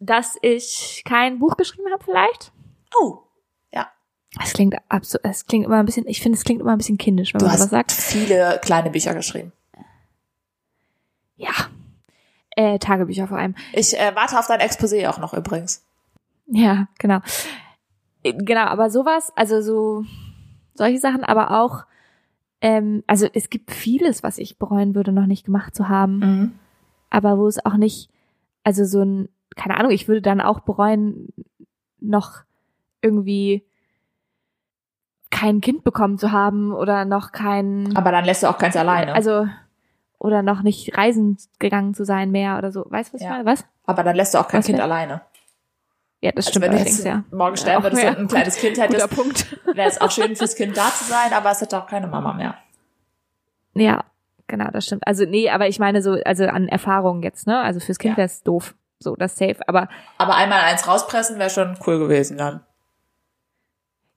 [SPEAKER 2] dass ich kein Buch geschrieben habe, vielleicht?
[SPEAKER 1] Oh,
[SPEAKER 2] Das klingt absolut, es klingt immer ein bisschen, ich finde, es klingt immer ein bisschen kindisch, wenn
[SPEAKER 1] du
[SPEAKER 2] man
[SPEAKER 1] hast
[SPEAKER 2] sowas sagt.
[SPEAKER 1] viele kleine Bücher geschrieben.
[SPEAKER 2] Ja. Äh, Tagebücher vor allem. (laughs)
[SPEAKER 1] Ich äh, warte auf dein Exposé auch noch übrigens.
[SPEAKER 2] Ja, genau. Äh, Genau, aber sowas, also so solche Sachen, aber auch, ähm, also es gibt vieles, was ich bereuen würde, noch nicht gemacht zu haben.
[SPEAKER 1] Mhm.
[SPEAKER 2] aber wo es auch nicht, also so ein, keine Ahnung, ich würde dann auch bereuen, noch irgendwie kein Kind bekommen zu haben oder noch kein,
[SPEAKER 1] Aber dann lässt du auch keins alleine.
[SPEAKER 2] also oder noch nicht reisen gegangen zu sein mehr oder so. Weißt du, was
[SPEAKER 1] Ja.
[SPEAKER 2] ich meine? Was?
[SPEAKER 1] Aber dann lässt du auch kein
[SPEAKER 2] Was
[SPEAKER 1] Kind
[SPEAKER 2] denn?
[SPEAKER 1] alleine.
[SPEAKER 2] Ja, das
[SPEAKER 1] Also
[SPEAKER 2] stimmt
[SPEAKER 1] wenn du
[SPEAKER 2] allerdings,
[SPEAKER 1] jetzt (laughs)
[SPEAKER 2] ja.
[SPEAKER 1] morgen sterben
[SPEAKER 2] Auch
[SPEAKER 1] würdest
[SPEAKER 2] mehr.
[SPEAKER 1] und ein kleines Kind hättest, (laughs)
[SPEAKER 2] Guter Punkt.
[SPEAKER 1] wäre es auch schön fürs Kind da zu sein, aber es hätte auch keine Mama mehr.
[SPEAKER 2] Ja, genau, das stimmt. Also nee, aber ich meine so, also an Erfahrungen jetzt, ne? Also fürs Kind
[SPEAKER 1] Ja.
[SPEAKER 2] wär's doof. So, das safe. Aber
[SPEAKER 1] Aber einmal eins rauspressen wäre schon cool gewesen dann.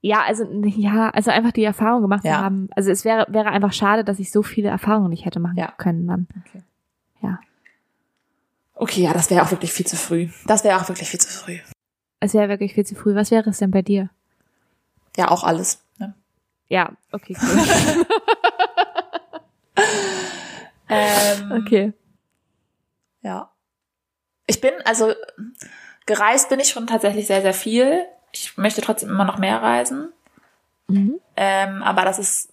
[SPEAKER 2] Ja, also ja, also einfach die Erfahrung gemacht zu
[SPEAKER 1] Ja.
[SPEAKER 2] haben. Also es wäre wäre einfach schade, dass ich so viele Erfahrungen nicht hätte machen
[SPEAKER 1] Ja.
[SPEAKER 2] können dann.
[SPEAKER 1] Okay.
[SPEAKER 2] Ja.
[SPEAKER 1] Okay, ja, das wäre auch wirklich viel zu früh. Das wäre auch wirklich viel zu früh.
[SPEAKER 2] Es wäre wirklich viel zu früh. Was wäre es denn bei dir?
[SPEAKER 1] Ja, auch alles. Ne?
[SPEAKER 2] Ja, okay, cool.
[SPEAKER 1] Ähm,
[SPEAKER 2] (laughs)
[SPEAKER 1] (laughs)
[SPEAKER 2] okay.
[SPEAKER 1] Ja. Ich bin, also gereist bin ich schon tatsächlich sehr, sehr viel. Ich möchte trotzdem immer noch mehr reisen.
[SPEAKER 2] Mhm.
[SPEAKER 1] Ähm, aber das ist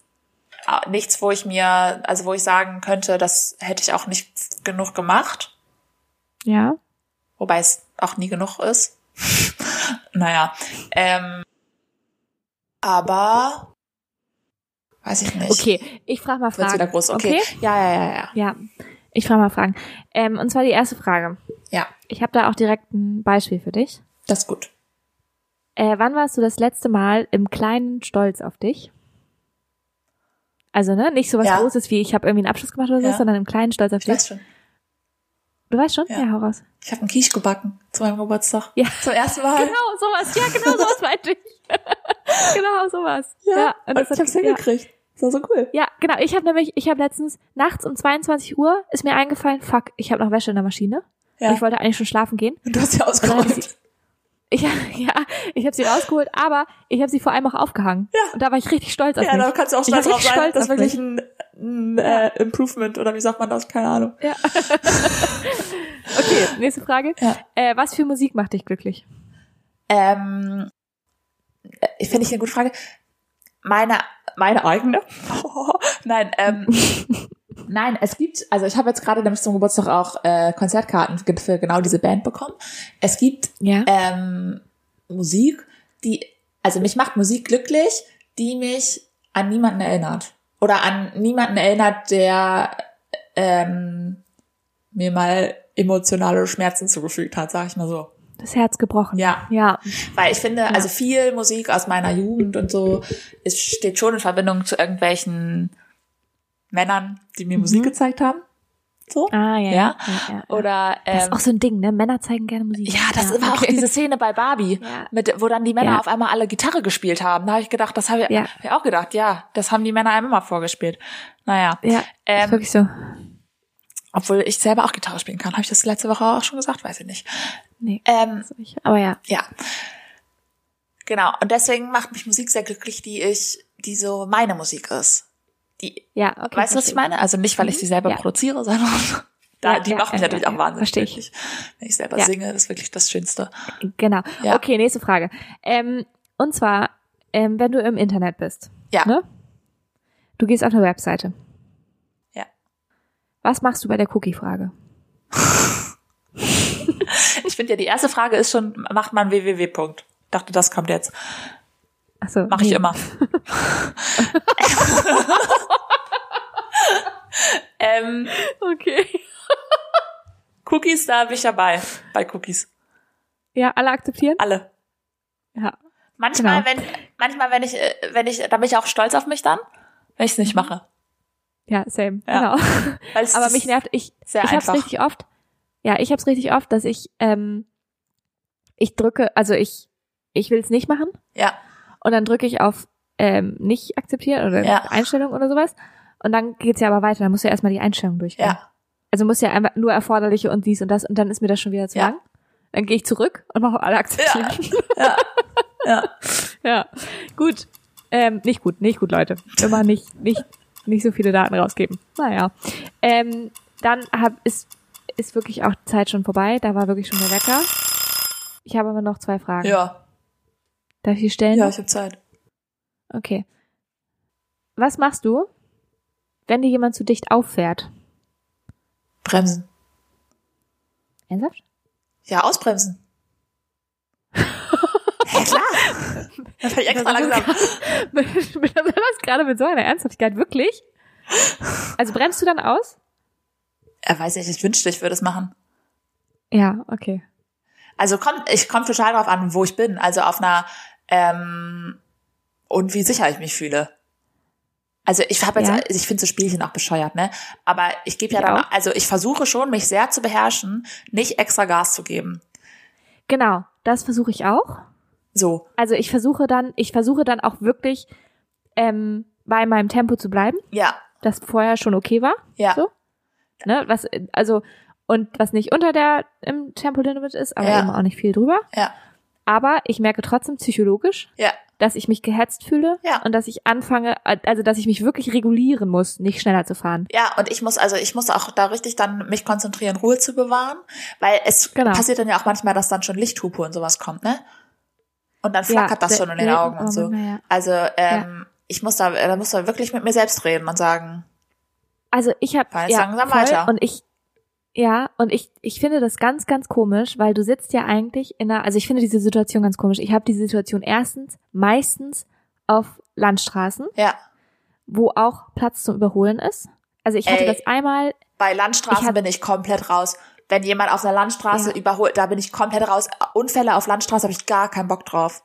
[SPEAKER 1] äh, nichts, wo ich mir, also wo ich sagen könnte, das hätte ich auch nicht genug gemacht.
[SPEAKER 2] Ja.
[SPEAKER 1] Wobei es auch nie genug ist. (laughs) naja. Ähm, aber weiß ich nicht.
[SPEAKER 2] Okay, ich frage mal
[SPEAKER 1] Wird's
[SPEAKER 2] Fragen.
[SPEAKER 1] wieder groß. Okay. Ja, ja, ja, ja.
[SPEAKER 2] Ja, ich frage mal Fragen. Ähm, und zwar die erste Frage.
[SPEAKER 1] Ja,
[SPEAKER 2] Ich habe da auch direkt ein Beispiel für dich.
[SPEAKER 1] das ist gut.
[SPEAKER 2] Äh, wann warst du das letzte Mal im kleinen Stolz auf dich? Also ne, nicht so was
[SPEAKER 1] Ja.
[SPEAKER 2] Großes wie ich habe irgendwie einen Abschluss gemacht oder so,
[SPEAKER 1] Ja.
[SPEAKER 2] sondern im kleinen Stolz auf
[SPEAKER 1] Ich
[SPEAKER 2] dich.
[SPEAKER 1] weiß schon.
[SPEAKER 2] Du weißt schon?
[SPEAKER 1] Ja.
[SPEAKER 2] Ja, hau raus.
[SPEAKER 1] Ich habe einen Quiche gebacken zu meinem Geburtstag.
[SPEAKER 2] Ja.
[SPEAKER 1] Zum ersten Mal.
[SPEAKER 2] Genau, sowas. Ja, genau sowas meinte ich. (laughs) genau sowas.
[SPEAKER 1] Ja,
[SPEAKER 2] und
[SPEAKER 1] und
[SPEAKER 2] das
[SPEAKER 1] ich
[SPEAKER 2] hat-
[SPEAKER 1] hab's
[SPEAKER 2] ja,
[SPEAKER 1] hingekriegt. Das war so cool.
[SPEAKER 2] ja, genau. Ich habe nämlich, ich habe letztens nachts um 22 Uhr ist mir eingefallen, fuck, ich habe noch Wäsche in der Maschine.
[SPEAKER 1] Ja.
[SPEAKER 2] Und ich wollte eigentlich schon schlafen gehen.
[SPEAKER 1] Und du hast ja
[SPEAKER 2] Und dann
[SPEAKER 1] ausgeräumt.
[SPEAKER 2] Ich, (laughs) ja, ich habe sie rausgeholt, aber ich habe sie vor allem auch aufgehangen.
[SPEAKER 1] Ja.
[SPEAKER 2] Und da war ich richtig stolz auf
[SPEAKER 1] Ja, da
[SPEAKER 2] mich.
[SPEAKER 1] kannst du auch
[SPEAKER 2] Ich
[SPEAKER 1] stolz
[SPEAKER 2] war
[SPEAKER 1] drauf
[SPEAKER 2] richtig
[SPEAKER 1] sein.
[SPEAKER 2] stolz
[SPEAKER 1] Das ist
[SPEAKER 2] auf
[SPEAKER 1] wirklich ein, ein äh, Improvement oder wie sagt man das? Keine Ahnung.
[SPEAKER 2] Ja. okay, nächste Frage.
[SPEAKER 1] Ja.
[SPEAKER 2] Äh, was für Musik macht dich glücklich?
[SPEAKER 1] Ähm, äh, Finde ich eine gute Frage. Meine, meine eigene? (laughs) nein, (laughs) ähm, nein, es gibt, also ich habe jetzt gerade nämlich zum Geburtstag auch äh, Konzertkarten ge- für genau diese Band bekommen. Es gibt
[SPEAKER 2] Ja.
[SPEAKER 1] ähm, Musik, die, also mich macht Musik glücklich, die mich an niemanden erinnert. Oder an niemanden erinnert, der ähm, mir mal emotionale Schmerzen zugefügt hat, sag ich mal so.
[SPEAKER 2] Das Herz gebrochen.
[SPEAKER 1] Ja.
[SPEAKER 2] Ja.
[SPEAKER 1] Weil ich finde, also viel Musik aus meiner Jugend und so, es steht schon in Verbindung zu irgendwelchen Männern, die mir Musik gezeigt haben. So.
[SPEAKER 2] Ah, Mhm. ja.
[SPEAKER 1] Ja.
[SPEAKER 2] ja, ja.
[SPEAKER 1] Oder ähm,
[SPEAKER 2] Das ist auch so ein Ding, ne? Männer zeigen gerne Musik.
[SPEAKER 1] ja, das war auch
[SPEAKER 2] okay.
[SPEAKER 1] diese Szene bei Barbie,
[SPEAKER 2] Ja.
[SPEAKER 1] mit, wo dann die Männer
[SPEAKER 2] Ja.
[SPEAKER 1] auf einmal alle Gitarre gespielt haben. Da habe ich gedacht, das habe ich,
[SPEAKER 2] Ja.
[SPEAKER 1] hab ich auch gedacht, ja, das haben die Männer einem immer vorgespielt. Naja,
[SPEAKER 2] Ja,
[SPEAKER 1] Ähm,
[SPEAKER 2] ist wirklich so.
[SPEAKER 1] obwohl ich selber auch Gitarre spielen kann, habe ich das letzte Woche auch schon gesagt, weiß ich nicht.
[SPEAKER 2] Nee,
[SPEAKER 1] Ähm,
[SPEAKER 2] so ich- aber ja.
[SPEAKER 1] ja, genau. Und deswegen macht mich Musik sehr glücklich, die ich, die so meine Musik ist. Die,
[SPEAKER 2] Ja, okay.
[SPEAKER 1] weißt du, was
[SPEAKER 2] verstehe. Mhm.
[SPEAKER 1] ich meine? Also nicht, weil ich sie selber
[SPEAKER 2] Ja.
[SPEAKER 1] produziere, sondern (laughs) da,
[SPEAKER 2] Ja,
[SPEAKER 1] die
[SPEAKER 2] ja,
[SPEAKER 1] macht mich
[SPEAKER 2] ja,
[SPEAKER 1] natürlich
[SPEAKER 2] ja,
[SPEAKER 1] auch
[SPEAKER 2] ja.
[SPEAKER 1] wahnsinnig
[SPEAKER 2] Verstehe ich.
[SPEAKER 1] glücklich. Wenn ich selber
[SPEAKER 2] Ja.
[SPEAKER 1] singe, ist wirklich das Schönste.
[SPEAKER 2] Genau.
[SPEAKER 1] Ja.
[SPEAKER 2] Okay, nächste Frage. Ähm, und zwar, ähm, wenn du im Internet bist.
[SPEAKER 1] Ja.
[SPEAKER 2] Ne? Du gehst auf eine Webseite.
[SPEAKER 1] Ja.
[SPEAKER 2] Was machst du bei der Cookie-Frage?
[SPEAKER 1] Ich finde ja, die erste Frage ist schon, macht man www. Punkt. Dachte, das kommt jetzt.
[SPEAKER 2] Achso.
[SPEAKER 1] Mache ich
[SPEAKER 2] (laughs)
[SPEAKER 1] immer. (laughs) ähm,
[SPEAKER 2] Okay.
[SPEAKER 1] Cookies, da bin ich dabei. Bei Cookies.
[SPEAKER 2] Ja, alle akzeptieren?
[SPEAKER 1] Alle.
[SPEAKER 2] Ja.
[SPEAKER 1] Manchmal,
[SPEAKER 2] Genau.
[SPEAKER 1] wenn, manchmal, wenn ich, äh, wenn ich, da bin ich auch stolz auf mich dann, wenn ich es nicht mache.
[SPEAKER 2] Ja, same.
[SPEAKER 1] Ja.
[SPEAKER 2] Genau.
[SPEAKER 1] (laughs) Weil es
[SPEAKER 2] Aber
[SPEAKER 1] ist
[SPEAKER 2] mich nervt, ich,
[SPEAKER 1] sehr
[SPEAKER 2] ich hab's
[SPEAKER 1] einfach.
[SPEAKER 2] richtig oft. Ja, ich hab's richtig oft, dass ich, ähm, ich drücke, also ich, ich will es nicht machen
[SPEAKER 1] Ja,
[SPEAKER 2] und dann drücke ich auf ähm, nicht akzeptieren oder
[SPEAKER 1] Ja.
[SPEAKER 2] Einstellung oder sowas. Und dann geht's ja aber weiter, dann muss ja erstmal die Einstellung durchgehen.
[SPEAKER 1] ja,
[SPEAKER 2] Also muss ja einfach nur erforderliche und dies und das und dann ist mir das schon wieder zu
[SPEAKER 1] Ja.
[SPEAKER 2] lang. Dann gehe ich zurück und mache alle akzeptieren.
[SPEAKER 1] ja, ja.
[SPEAKER 2] (laughs) Ja, gut. Ähm, nicht gut, nicht gut, Leute. Immer nicht, nicht, nicht so viele Daten rausgeben. Naja. Ähm, dann hab, ist, ist wirklich auch die Zeit schon vorbei. Da war wirklich schon der Wecker. Ich habe aber noch zwei Fragen.
[SPEAKER 1] Ja,
[SPEAKER 2] Darf ich die stellen?
[SPEAKER 1] ja ich habe Zeit.
[SPEAKER 2] Okay. Was machst du, wenn dir jemand zu dicht auffährt?
[SPEAKER 1] Bremsen.
[SPEAKER 2] Ernsthaft?
[SPEAKER 1] Ja,
[SPEAKER 2] (laughs)
[SPEAKER 1] ausbremsen. ja, klar. Das hab ich extra langsam.
[SPEAKER 2] (laughs) Mit- mit- Was gerade mit so einer Ernsthaftigkeit? Wirklich? Also bremst du dann aus?
[SPEAKER 1] Er weiß nicht, ich wünschte, ich würde es machen.
[SPEAKER 2] Ja, okay.
[SPEAKER 1] Also kommt, ich kommt total drauf an, wo ich bin. Also auf einer ähm, und wie sicher ich mich fühle. Also ich habe jetzt,
[SPEAKER 2] Ja.
[SPEAKER 1] ich finde so Spielchen auch bescheuert, ne? Aber ich gebe ja
[SPEAKER 2] Ich
[SPEAKER 1] dann,
[SPEAKER 2] auch.
[SPEAKER 1] also ich versuche schon, mich sehr zu beherrschen, nicht extra Gas zu geben.
[SPEAKER 2] Genau, das versuche ich auch.
[SPEAKER 1] So,
[SPEAKER 2] also ich versuche dann, ich versuche dann auch wirklich ähm, bei meinem Tempo zu bleiben,
[SPEAKER 1] ja,
[SPEAKER 2] das vorher schon okay war.
[SPEAKER 1] ja,
[SPEAKER 2] So. Ne? Was, also, und was nicht unter der im Tempolimit ist, aber
[SPEAKER 1] Ja.
[SPEAKER 2] eben auch nicht viel drüber.
[SPEAKER 1] ja,
[SPEAKER 2] Aber ich merke trotzdem psychologisch,
[SPEAKER 1] ja,
[SPEAKER 2] dass ich mich gehetzt fühle
[SPEAKER 1] Ja.
[SPEAKER 2] und dass ich anfange, also dass ich mich wirklich regulieren muss, nicht schneller zu fahren.
[SPEAKER 1] ja. Und ich muss, also ich muss auch da richtig dann mich konzentrieren, Ruhe zu bewahren, weil es
[SPEAKER 2] Genau.
[SPEAKER 1] passiert dann ja auch manchmal, dass dann schon Lichthupe und sowas kommt, ne? Und dann
[SPEAKER 2] Ja,
[SPEAKER 1] flackert das
[SPEAKER 2] se-
[SPEAKER 1] schon
[SPEAKER 2] mhm.
[SPEAKER 1] in den
[SPEAKER 2] selten,
[SPEAKER 1] Augen und
[SPEAKER 2] aber
[SPEAKER 1] so.
[SPEAKER 2] naja.
[SPEAKER 1] Also ähm, ich muss da, da muss da wirklich mit mir selbst reden und sagen,
[SPEAKER 2] Also ich habe
[SPEAKER 1] Fahr jetzt
[SPEAKER 2] ja,
[SPEAKER 1] langsam
[SPEAKER 2] voll,
[SPEAKER 1] weiter.
[SPEAKER 2] und ich ja und ich ich finde das ganz ganz komisch, weil du sitzt ja eigentlich in einer also ich finde diese Situation ganz komisch. Ich habe die Situation erstens meistens auf Landstraßen,
[SPEAKER 1] ja,
[SPEAKER 2] wo auch Platz zum Überholen ist. Also ich hatte
[SPEAKER 1] Ey.
[SPEAKER 2] das einmal
[SPEAKER 1] bei
[SPEAKER 2] Ich
[SPEAKER 1] Landstraßen
[SPEAKER 2] hab-
[SPEAKER 1] bin ich komplett raus. Wenn jemand auf einer Landstraße
[SPEAKER 2] Ja.
[SPEAKER 1] überholt, da bin ich komplett raus. Unfälle auf Landstraße habe ich gar keinen Bock drauf.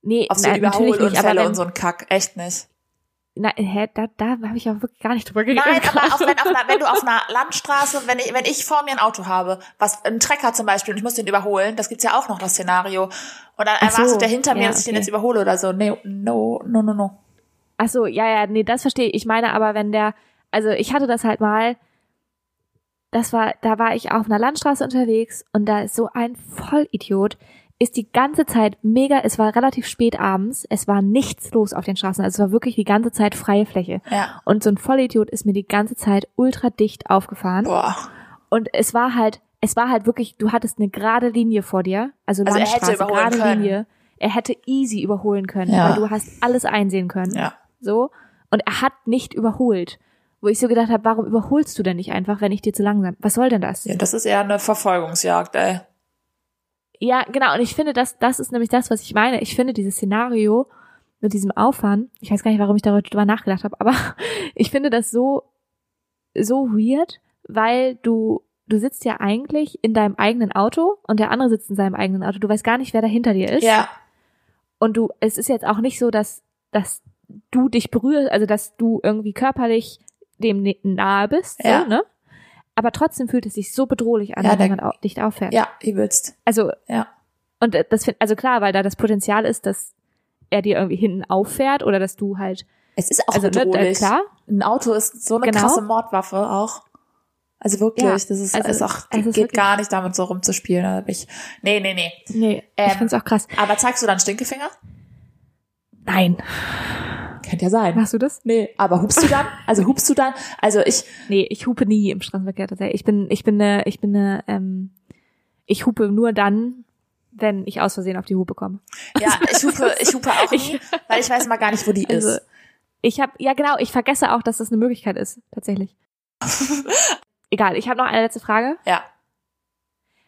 [SPEAKER 2] nee
[SPEAKER 1] Auf so
[SPEAKER 2] na, natürlich nicht, aber
[SPEAKER 1] Überholunfälle
[SPEAKER 2] wenn,
[SPEAKER 1] und so ein Kack, echt
[SPEAKER 2] (laughs)
[SPEAKER 1] nicht.
[SPEAKER 2] na, hä, da da habe ich auch wirklich gar nicht drüber geredet.
[SPEAKER 1] Nein, aber auch wenn, auf einer, wenn du auf einer Landstraße, wenn ich, wenn ich vor mir ein Auto habe, was ein Trecker zum Beispiel, und ich muss den überholen, das gibt's ja auch noch das Szenario. Und dann
[SPEAKER 2] Ach so,
[SPEAKER 1] erwartet der hinter mir,
[SPEAKER 2] ja,
[SPEAKER 1] dass ich den
[SPEAKER 2] okay.
[SPEAKER 1] jetzt überhole oder so. Nee, no, no, no, no.
[SPEAKER 2] Ach so, ja, ja, nee, das verstehe ich. Ich meine aber, wenn der, also ich hatte das halt mal, das war, da war ich auf einer Landstraße unterwegs und da ist so ein Vollidiot, ist die ganze Zeit mega, es war relativ spät abends, es war nichts los auf den Straßen, also es war wirklich die ganze Zeit freie Fläche.
[SPEAKER 1] Ja.
[SPEAKER 2] Und so ein Vollidiot ist mir die ganze Zeit ultra dicht aufgefahren
[SPEAKER 1] Boah.
[SPEAKER 2] und es war halt, es war halt wirklich, du hattest eine gerade Linie vor dir, also,
[SPEAKER 1] Also er hätte
[SPEAKER 2] Landstraße,
[SPEAKER 1] überholen
[SPEAKER 2] gerade
[SPEAKER 1] können.
[SPEAKER 2] Linie. Er hätte easy überholen können,
[SPEAKER 1] Ja.
[SPEAKER 2] weil du hast alles einsehen können
[SPEAKER 1] Ja.
[SPEAKER 2] so und er hat nicht überholt. Wo ich so gedacht habe, warum überholst du denn nicht einfach, wenn ich dir zu langsam? Was soll denn das?
[SPEAKER 1] ja. Das ist eher eine Verfolgungsjagd, ey.
[SPEAKER 2] Ja, genau. Und ich finde, das, das ist nämlich das, was ich meine. Ich finde dieses Szenario mit diesem Aufwand, ich weiß gar nicht, warum ich darüber nachgedacht habe, aber (laughs) ich finde das so, so weird, weil du, du sitzt ja eigentlich in deinem eigenen Auto und der andere sitzt in seinem eigenen Auto. Du weißt gar nicht, wer da hinter dir ist.
[SPEAKER 1] Ja.
[SPEAKER 2] Und du, es ist jetzt auch nicht so, dass, dass du dich berührst, also dass du irgendwie körperlich dem ne- nahe bist,
[SPEAKER 1] Ja.
[SPEAKER 2] so, ne? Aber trotzdem fühlt es sich so bedrohlich an,
[SPEAKER 1] Ja,
[SPEAKER 2] wenn
[SPEAKER 1] der-
[SPEAKER 2] man au dicht auffährt.
[SPEAKER 1] Ja, übelst.
[SPEAKER 2] Also,
[SPEAKER 1] Ja.
[SPEAKER 2] Und äh, das find, also klar, weil da das Potenzial ist, dass er dir irgendwie hinten auffährt oder dass du halt,
[SPEAKER 1] Es ist auch
[SPEAKER 2] also ne, äh,
[SPEAKER 1] bedrohlich.
[SPEAKER 2] klar,
[SPEAKER 1] Ein Auto ist so eine
[SPEAKER 2] Genau.
[SPEAKER 1] krasse Mordwaffe auch. Also wirklich,
[SPEAKER 2] Ja,
[SPEAKER 1] das ist,
[SPEAKER 2] also
[SPEAKER 1] ist auch,
[SPEAKER 2] es ist
[SPEAKER 1] geht
[SPEAKER 2] wirklich-
[SPEAKER 1] gar nicht damit so rumzuspielen. da bin Ich, nee, nee, nee.
[SPEAKER 2] nee,
[SPEAKER 1] Ähm,
[SPEAKER 2] ich find's auch krass.
[SPEAKER 1] Aber zeigst du dann Stinkefinger?
[SPEAKER 2] Nein,
[SPEAKER 1] Könnte ja sein.
[SPEAKER 2] machst du das?
[SPEAKER 1] Nee, aber hupst du dann? Also hupst du dann? Also ich,
[SPEAKER 2] Nee, ich hupe nie im Straßenverkehr tatsächlich. Ich bin, ich bin, ne, ich bin, ne, ähm, ich hupe nur dann, wenn ich aus Versehen auf die Hupe komme.
[SPEAKER 1] ja,
[SPEAKER 2] (laughs)
[SPEAKER 1] ich hupe, ich hupe auch nie,
[SPEAKER 2] Ich-
[SPEAKER 1] weil ich weiß mal gar nicht, wo die
[SPEAKER 2] Also,
[SPEAKER 1] ist.
[SPEAKER 2] Ich habe, ja genau, ich vergesse auch, dass das eine Möglichkeit ist,
[SPEAKER 1] (laughs)
[SPEAKER 2] tatsächlich. Egal, ich habe noch eine letzte Frage.
[SPEAKER 1] Ja.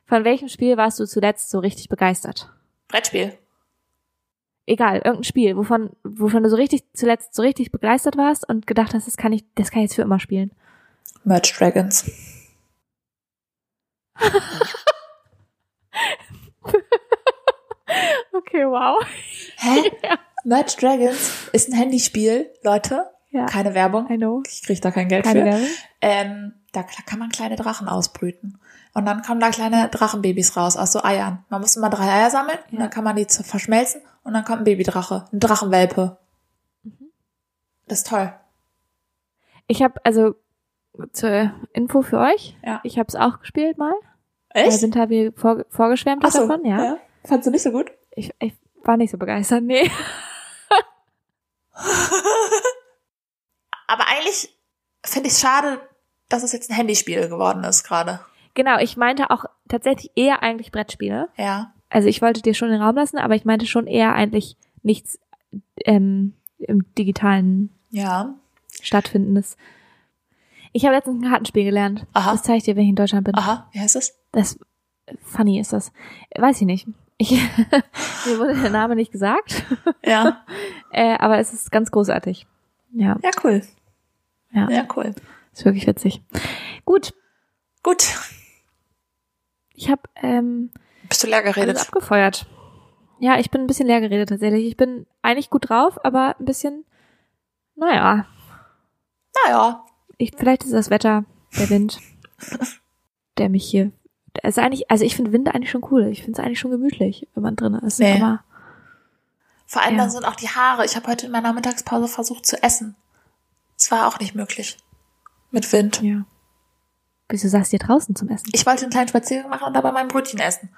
[SPEAKER 2] Von welchem Spiel warst du zuletzt so richtig begeistert?
[SPEAKER 1] Brettspiel.
[SPEAKER 2] Egal, irgendein Spiel, wovon, wovon du so richtig zuletzt so richtig begeistert warst und gedacht hast, das kann ich, das kann ich jetzt für immer spielen.
[SPEAKER 1] Merch Dragons.
[SPEAKER 2] Okay, wow. (laughs)
[SPEAKER 1] Hä? Merch Dragons ist ein Handyspiel, Leute.
[SPEAKER 2] Ja,
[SPEAKER 1] Keine Werbung.
[SPEAKER 2] I know.
[SPEAKER 1] Ich krieg da kein Geld
[SPEAKER 2] Keine
[SPEAKER 1] für.
[SPEAKER 2] Werbung.
[SPEAKER 1] Ähm, Da kann man kleine Drachen ausbrüten. Und dann kommen da kleine Drachenbabys raus aus so Eiern. Man muss immer drei Eier sammeln und
[SPEAKER 2] Ja.
[SPEAKER 1] dann kann man die zu- verschmelzen und dann kommt ein Babydrache, ein Drachenwelpe.
[SPEAKER 2] Mhm.
[SPEAKER 1] Das ist toll.
[SPEAKER 2] Ich habe also zur Info für euch.
[SPEAKER 1] Ja.
[SPEAKER 2] Ich habe es auch gespielt mal. Der Winter hat mir vor, vorgeschwärmt
[SPEAKER 1] Ach so,
[SPEAKER 2] Also, davon, ja.
[SPEAKER 1] Fandst du nicht so gut?
[SPEAKER 2] Ich, ich war nicht so begeistert, nee.
[SPEAKER 1] Aber eigentlich finde ich es schade, dass es jetzt ein Handyspiel geworden ist gerade.
[SPEAKER 2] Genau, ich meinte auch tatsächlich eher eigentlich Brettspiele.
[SPEAKER 1] Ja.
[SPEAKER 2] Also ich wollte dir schon den Raum lassen, aber ich meinte schon eher eigentlich nichts ähm, im digitalen
[SPEAKER 1] Ja.
[SPEAKER 2] stattfindendes. Ich habe letztens ein Kartenspiel gelernt.
[SPEAKER 1] Aha.
[SPEAKER 2] Das zeige ich dir, wenn ich in Deutschland bin.
[SPEAKER 1] Aha, wie heißt es?
[SPEAKER 2] Das funny ist das. Weiß ich nicht. Ich, (laughs) mir wurde der Name nicht gesagt,
[SPEAKER 1] Ja.
[SPEAKER 2] äh, aber es ist ganz großartig. Ja,
[SPEAKER 1] Ja, cool.
[SPEAKER 2] ja,
[SPEAKER 1] Ja, cool.
[SPEAKER 2] ist wirklich witzig. Gut,
[SPEAKER 1] Gut.
[SPEAKER 2] ich habe ähm,
[SPEAKER 1] Bist du leer
[SPEAKER 2] alles
[SPEAKER 1] geredet?
[SPEAKER 2] abgefeuert. Ja, ich bin ein bisschen leer geredet tatsächlich. Ich bin eigentlich gut drauf, aber ein bisschen, naja,
[SPEAKER 1] Naja.
[SPEAKER 2] ich, vielleicht ist das Wetter,
[SPEAKER 1] (laughs)
[SPEAKER 2] der Wind, der mich hier. der Ist eigentlich, also ich finde Wind eigentlich schon cool. Ich finde es eigentlich schon gemütlich, wenn man drin ist.
[SPEAKER 1] Nee.
[SPEAKER 2] Aber
[SPEAKER 1] Vor allem
[SPEAKER 2] Ja.
[SPEAKER 1] dann sind auch die Haare. Ich habe heute in meiner Mittagspause versucht zu essen. Es war auch nicht möglich. Mit Wind.
[SPEAKER 2] ja. Wieso saßt ihr draußen zum Essen?
[SPEAKER 1] Ich wollte einen kleinen Spaziergang machen und dabei mein Brötchen essen.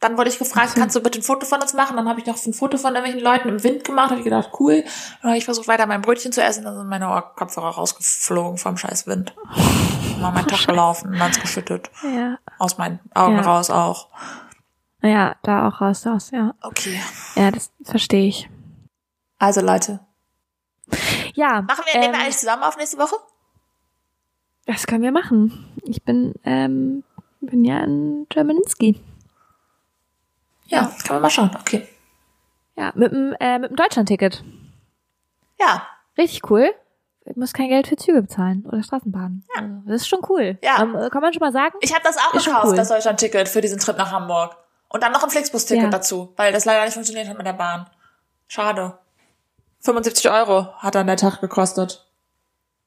[SPEAKER 1] Dann wurde ich gefragt,
[SPEAKER 2] Ach so.
[SPEAKER 1] kannst du bitte ein Foto von uns machen? Dann habe ich noch ein Foto von irgendwelchen Leuten im Wind gemacht. Habe ich gedacht, cool. Dann habe ich versucht, weiter mein Brötchen zu essen. Dann sind meine Ohr- Kopfhörer rausgeflogen vom scheiß Wind. Dann war mein Tag
[SPEAKER 2] (laughs)
[SPEAKER 1] gelaufen, ganz geschüttet.
[SPEAKER 2] Ja.
[SPEAKER 1] Aus meinen Augen
[SPEAKER 2] Ja.
[SPEAKER 1] raus auch.
[SPEAKER 2] Ja, da auch raus, raus, ja.
[SPEAKER 1] Okay.
[SPEAKER 2] Ja, das verstehe ich.
[SPEAKER 1] Also Leute,
[SPEAKER 2] Ja.
[SPEAKER 1] machen wir,
[SPEAKER 2] Ähm.
[SPEAKER 1] nehmen wir eigentlich zusammen auf nächste Woche?
[SPEAKER 2] Das können wir machen. Ich bin, ähm, bin ja in Germaninski.
[SPEAKER 1] Ja, kann man mal schauen. Okay.
[SPEAKER 2] Ja, mit dem, äh, mit dem Deutschlandticket.
[SPEAKER 1] Ja,
[SPEAKER 2] Richtig cool. Ich muss kein Geld für Züge bezahlen oder Straßenbahnen. Ja. Also, das ist schon cool.
[SPEAKER 1] Ja.
[SPEAKER 2] Ähm, äh, kann man schon mal sagen?
[SPEAKER 1] Ich habe das auch
[SPEAKER 2] Ist schon
[SPEAKER 1] gekauft,
[SPEAKER 2] cool.
[SPEAKER 1] das Deutschland-Ticket für diesen Trip nach Hamburg. Und dann noch ein Flixbus-Ticket
[SPEAKER 2] Ja.
[SPEAKER 1] dazu, weil das leider nicht funktioniert hat mit der Bahn. Schade. 75 Euro hat dann der Tag gekostet.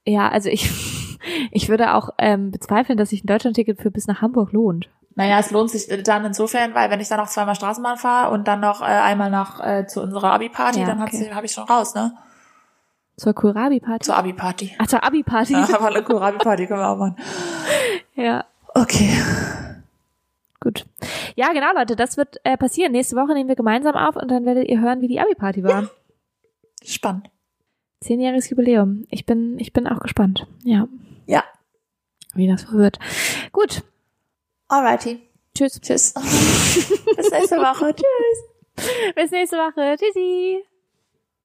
[SPEAKER 2] Ja, also ich, (laughs) ich würde auch ähm, bezweifeln, dass sich ein Deutschlandticket für bis nach Hamburg lohnt.
[SPEAKER 1] Naja, es lohnt sich dann insofern, weil wenn ich dann noch zweimal Straßenbahn fahre und dann noch äh, einmal nach äh, zu unserer Abi-Party,
[SPEAKER 2] Ja,
[SPEAKER 1] dann
[SPEAKER 2] okay.
[SPEAKER 1] okay. habe ich schon raus, ne?
[SPEAKER 2] Zur Kohlrabi-Party.
[SPEAKER 1] Zur Abi-Party.
[SPEAKER 2] Ach, zur
[SPEAKER 1] (laughs)
[SPEAKER 2] Abi-Party.
[SPEAKER 1] Ja, aber eine coole Abi-Party können wir auch machen.
[SPEAKER 2] (laughs) ja.
[SPEAKER 1] Okay.
[SPEAKER 2] Gut. Ja, genau, Leute, das wird äh, passieren. Nächste Woche nehmen wir gemeinsam auf und dann werdet ihr hören, wie die Abi-Party war.
[SPEAKER 1] Spannend.
[SPEAKER 2] Zehnjähriges Jubiläum. Ich bin, ich bin auch gespannt. Ja.
[SPEAKER 1] Ja.
[SPEAKER 2] Wie das so wird. Gut.
[SPEAKER 1] Alrighty.
[SPEAKER 2] Tschüss.
[SPEAKER 1] (laughs)
[SPEAKER 2] (laughs)
[SPEAKER 1] Tschüss. Bis nächste Woche. Tschüss.
[SPEAKER 2] Bis nächste Woche. Tschüssi.